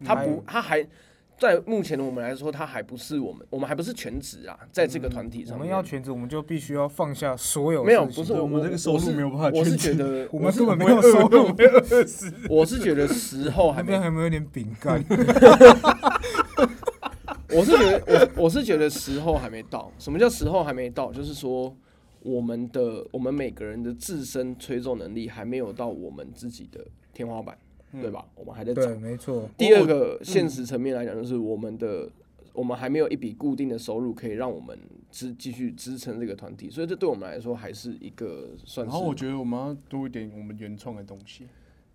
Speaker 1: 他
Speaker 2: 还
Speaker 1: 不，他还。在目前的我们来说，他还不是我们，我们还不是全职啊，在这个团
Speaker 3: 嗯
Speaker 1: 体
Speaker 2: 我
Speaker 1: 上面，
Speaker 2: 们要全职，我们就必须要放下所有
Speaker 1: 没有，
Speaker 2: 事情
Speaker 1: 不是
Speaker 3: 对我们这个收入
Speaker 1: 我是
Speaker 3: 没有办法
Speaker 1: 我是觉
Speaker 3: 全
Speaker 1: 得
Speaker 2: 我
Speaker 1: 我
Speaker 2: 们
Speaker 1: 是
Speaker 2: 根本没有收入，
Speaker 1: 我是觉得时候还
Speaker 2: 那
Speaker 1: 没
Speaker 2: 边还没有点饼干。
Speaker 1: 我是觉得我我是觉得时候还没到。什么叫时候还没到？就是说我们的我们每个人的自身吹奏能力还没有到我们自己的天花板，
Speaker 3: 嗯
Speaker 1: 对吧？我们还在找
Speaker 2: 对，。没错，
Speaker 1: 第二个现实层面来讲，就是我们的。我们还没有一笔固定的收入可以让我们支继续支撑这个团体，所以这对我们来说还是一个算
Speaker 3: 然
Speaker 1: 是。
Speaker 3: 后我觉得我们要多一点我们原创的东西，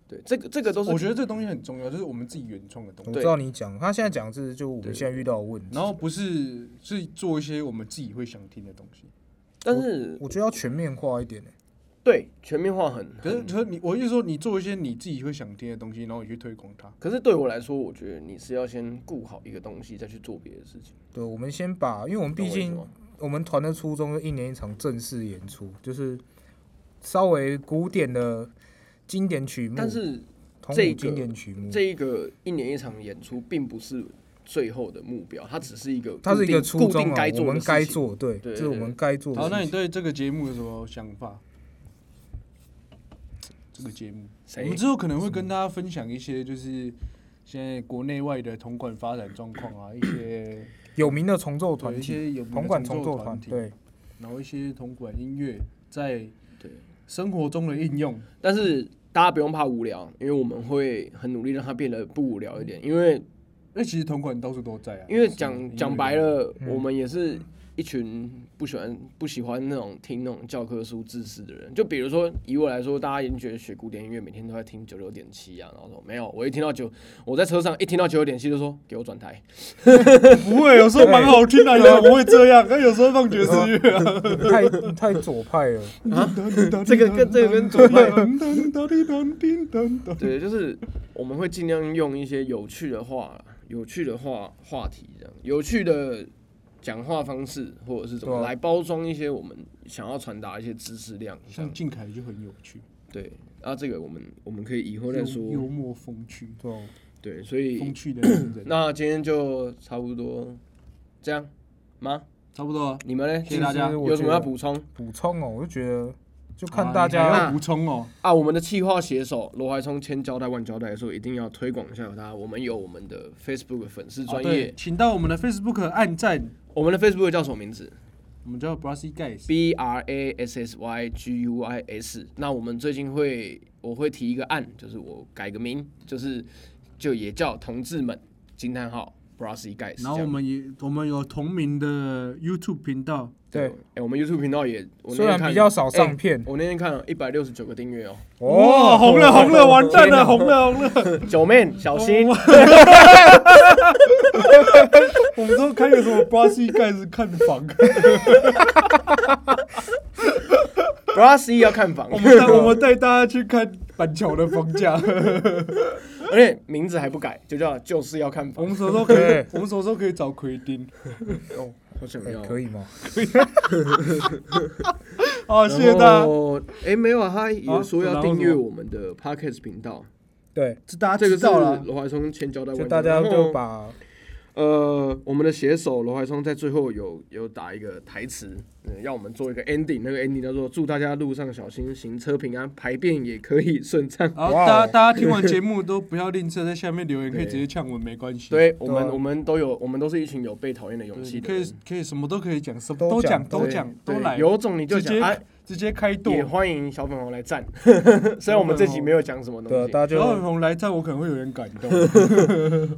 Speaker 1: 对这个这个都是
Speaker 3: 我觉得这东西很重要，就是我们自己原创的东西
Speaker 2: 我。
Speaker 1: 对
Speaker 2: 知道你讲，他现在讲的是就我们现在遇到的问
Speaker 1: 嗯
Speaker 2: 题，
Speaker 3: 然后不是是做一些我们自己会想听的东西。
Speaker 1: 嗯但是
Speaker 2: 我觉得要全面化一点、欸、
Speaker 1: 对全面化很
Speaker 3: 可是，可是你，我就说你做一些你自己会想听的东西，然后你去推广它。
Speaker 1: 可是对我来说，我觉得你是要先顾好一个东西，再去做别的事情。
Speaker 2: 对，我们先把，因为我们毕
Speaker 1: 懂我意思
Speaker 2: 竟
Speaker 1: 吗
Speaker 2: 我们团的初衷是一年一场正式演出，就是稍微古典的经典曲目，
Speaker 1: 但是
Speaker 2: 通
Speaker 1: 这
Speaker 2: 古
Speaker 1: 个
Speaker 2: 经典曲目，
Speaker 1: 这一个一年一场演出并不是最后的目标，它只是一个
Speaker 2: 它是一
Speaker 1: 固
Speaker 2: 个
Speaker 1: 定
Speaker 2: 初
Speaker 1: 固
Speaker 2: 衷
Speaker 1: 定
Speaker 2: 啊
Speaker 1: 该，
Speaker 2: 我
Speaker 1: 做的
Speaker 2: 们
Speaker 1: 事
Speaker 2: 该
Speaker 1: 情。
Speaker 2: 做，对，
Speaker 1: 对
Speaker 2: 这是我
Speaker 1: 对
Speaker 2: 们该做的
Speaker 3: 好，
Speaker 2: 事情。
Speaker 3: 那你对这个节目有什么想法？这个节目，我
Speaker 1: 谁
Speaker 3: 们之后可能会跟大家分享一些，就是现在国内外的铜管发展状况啊，一些
Speaker 2: 有名的重奏
Speaker 3: 对
Speaker 2: 团
Speaker 3: 一
Speaker 2: 体，
Speaker 3: 些有名的
Speaker 2: 铜管
Speaker 3: 重
Speaker 2: 重
Speaker 3: 奏
Speaker 2: 奏
Speaker 3: 团
Speaker 2: 团
Speaker 3: 体，啊
Speaker 2: 对，
Speaker 3: 然后一些铜管音乐在
Speaker 1: 对
Speaker 3: 生活中的应用。
Speaker 1: 但是大家不用怕无聊，因为我们会很努力让它变得不无聊一点。因为
Speaker 3: 因为其实铜管到处都在啊，
Speaker 1: 因为嗯
Speaker 3: 音
Speaker 1: 讲
Speaker 3: 乐
Speaker 1: 讲白了，我们也是一群不喜欢不喜欢那种听那种教科书知识的人。就比如说以我来说，大家已经觉得学古典音乐每天都在听九六点七啊，然后说没有，我一听到九，我在车上一听到九六点七就说给我转台。
Speaker 3: 不会，有时候蛮好听的，啊有时候不会这样，但有时候放爵士 乐啊。
Speaker 2: 太太左派了，
Speaker 1: 这个跟这个跟左 派
Speaker 3: 派
Speaker 1: 对，就是我们会尽量用一些有趣的话、有趣的话话题这样，有趣的讲话方式或者是怎么、
Speaker 2: 对啊
Speaker 1: 来包装一些我们想要传达一些知识量这
Speaker 3: 像
Speaker 1: 样。
Speaker 3: 靖凯就很有趣，
Speaker 1: 对，啊，这个我们我们可以以后再
Speaker 3: 幽
Speaker 1: 说。
Speaker 3: 幽默风趣，
Speaker 2: 对哦，
Speaker 1: 对，所
Speaker 3: 风
Speaker 1: 以
Speaker 3: 趣的人人，
Speaker 1: 那今天就差不多这样吗？
Speaker 3: 差不多啊。
Speaker 1: 你们呢？
Speaker 3: 谢谢大家
Speaker 2: 其实我
Speaker 1: 有什么
Speaker 2: 觉
Speaker 1: 要
Speaker 2: 得
Speaker 1: 补充
Speaker 2: 补充哦？我就觉得，就看
Speaker 3: 啊
Speaker 2: 大
Speaker 3: 你还
Speaker 2: 家
Speaker 1: 啊
Speaker 3: 要补充哦，
Speaker 1: 啊？我们的企划写手罗怀聪千交代万交代的时候，一定要推广一下他。我们有我们的 Facebook 粉丝专
Speaker 3: 啊对
Speaker 1: 业，
Speaker 3: 请到我们的 Facebook 按赞，
Speaker 1: 我们的 Facebook 叫什么名字？
Speaker 3: 我们叫 Brassy Guys。
Speaker 1: B R A S S Y G U I S。那我们最近会，我会提一个案，就是我改个名，就是就也叫同志们惊叹号 Brassy Guys。
Speaker 3: 然后我，们也我们有同名的 YouTube 频道，
Speaker 1: 哎
Speaker 2: 对，、
Speaker 1: 我们 YouTube 频道也，我那天
Speaker 2: 虽然
Speaker 1: 看
Speaker 2: 比较少上
Speaker 1: 哎
Speaker 2: 片，
Speaker 1: 我那天看了一百六十九个订阅哦，
Speaker 3: 哇，红了红了，完蛋
Speaker 1: 天哪
Speaker 3: 了，红了红了，
Speaker 1: 九妹小 心，
Speaker 3: 哦我们都开个什么 Brassy Guys 看 房。
Speaker 1: Brassy 要看 房，
Speaker 3: 我们带我们带大家去看板桥的房 价，
Speaker 1: 而且名字还不改，就叫就是要看
Speaker 3: 我
Speaker 1: 房，
Speaker 3: 们什么时候可以
Speaker 2: 对？
Speaker 3: 我们什么时候可以找奎丁？
Speaker 1: 好想
Speaker 2: 哎
Speaker 1: 要，
Speaker 2: 可
Speaker 1: 以。
Speaker 2: 以吗？
Speaker 3: 好，啊谢谢大家。
Speaker 1: 哎、没有啊，他
Speaker 3: 啊
Speaker 1: 也说
Speaker 3: 然
Speaker 1: 要
Speaker 3: 后
Speaker 1: 订阅
Speaker 3: 什么
Speaker 1: 我们的 Podcast 频道，
Speaker 2: 对，
Speaker 3: 这大家
Speaker 1: 这个
Speaker 3: 啊知
Speaker 1: 是
Speaker 3: 道了，
Speaker 1: 罗怀聪千交代万
Speaker 2: 就
Speaker 1: 交代，
Speaker 2: 大家
Speaker 1: 然后
Speaker 2: 就把
Speaker 1: 呃，我们的写手罗怀聪在最后有有打一个台词，嗯，要我们做一个 ending，那个 ending 叫做“祝大家路上小心，行车平安，排便也可以顺畅
Speaker 3: 然后
Speaker 2: 哇哦
Speaker 3: 大家大家听完节目都不要吝啬，在下面留言可以
Speaker 1: 对
Speaker 3: 直接呛我，没关”系。
Speaker 1: 对。我们、
Speaker 2: 对啊
Speaker 1: 我们都有，我们都是一群有被讨厌的勇
Speaker 3: 对，
Speaker 1: 气
Speaker 3: 你
Speaker 1: 的
Speaker 3: 可
Speaker 1: 人，
Speaker 3: 以可以什么都可以讲，什么
Speaker 2: 都
Speaker 3: 都
Speaker 2: 讲
Speaker 3: 讲都
Speaker 1: 对
Speaker 3: 讲
Speaker 1: 对
Speaker 3: 都来，
Speaker 1: 有种你就
Speaker 3: 直
Speaker 1: 讲，啊
Speaker 3: 接直接开剁。
Speaker 1: 也欢迎小粉红来赞。虽然我们这集没有讲什么
Speaker 2: 对
Speaker 1: 东
Speaker 2: 啊，
Speaker 1: 西，
Speaker 2: 大家
Speaker 3: 然后
Speaker 2: 就
Speaker 3: 红来站，我可能会有点感 动。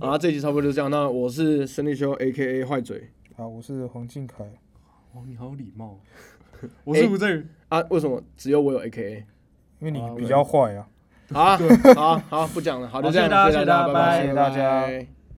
Speaker 1: 啊，这集差不多就是这样。那我是生力修 A K A 坏嘴
Speaker 2: 好，啊我是黄靖凯，
Speaker 3: 哇，哦你好有礼 貌。我是
Speaker 1: 哎
Speaker 3: 吴振宇，
Speaker 1: 啊，为什么只有我有 A K
Speaker 2: 因为你
Speaker 3: 啊
Speaker 2: 比较坏啊。
Speaker 1: A？好啊，好好不讲了，好，就
Speaker 3: 好
Speaker 1: 这样，
Speaker 3: 谢谢大家
Speaker 1: 谢谢大
Speaker 3: 谢谢大家
Speaker 1: 拜
Speaker 2: 拜谢谢大家
Speaker 1: 拜拜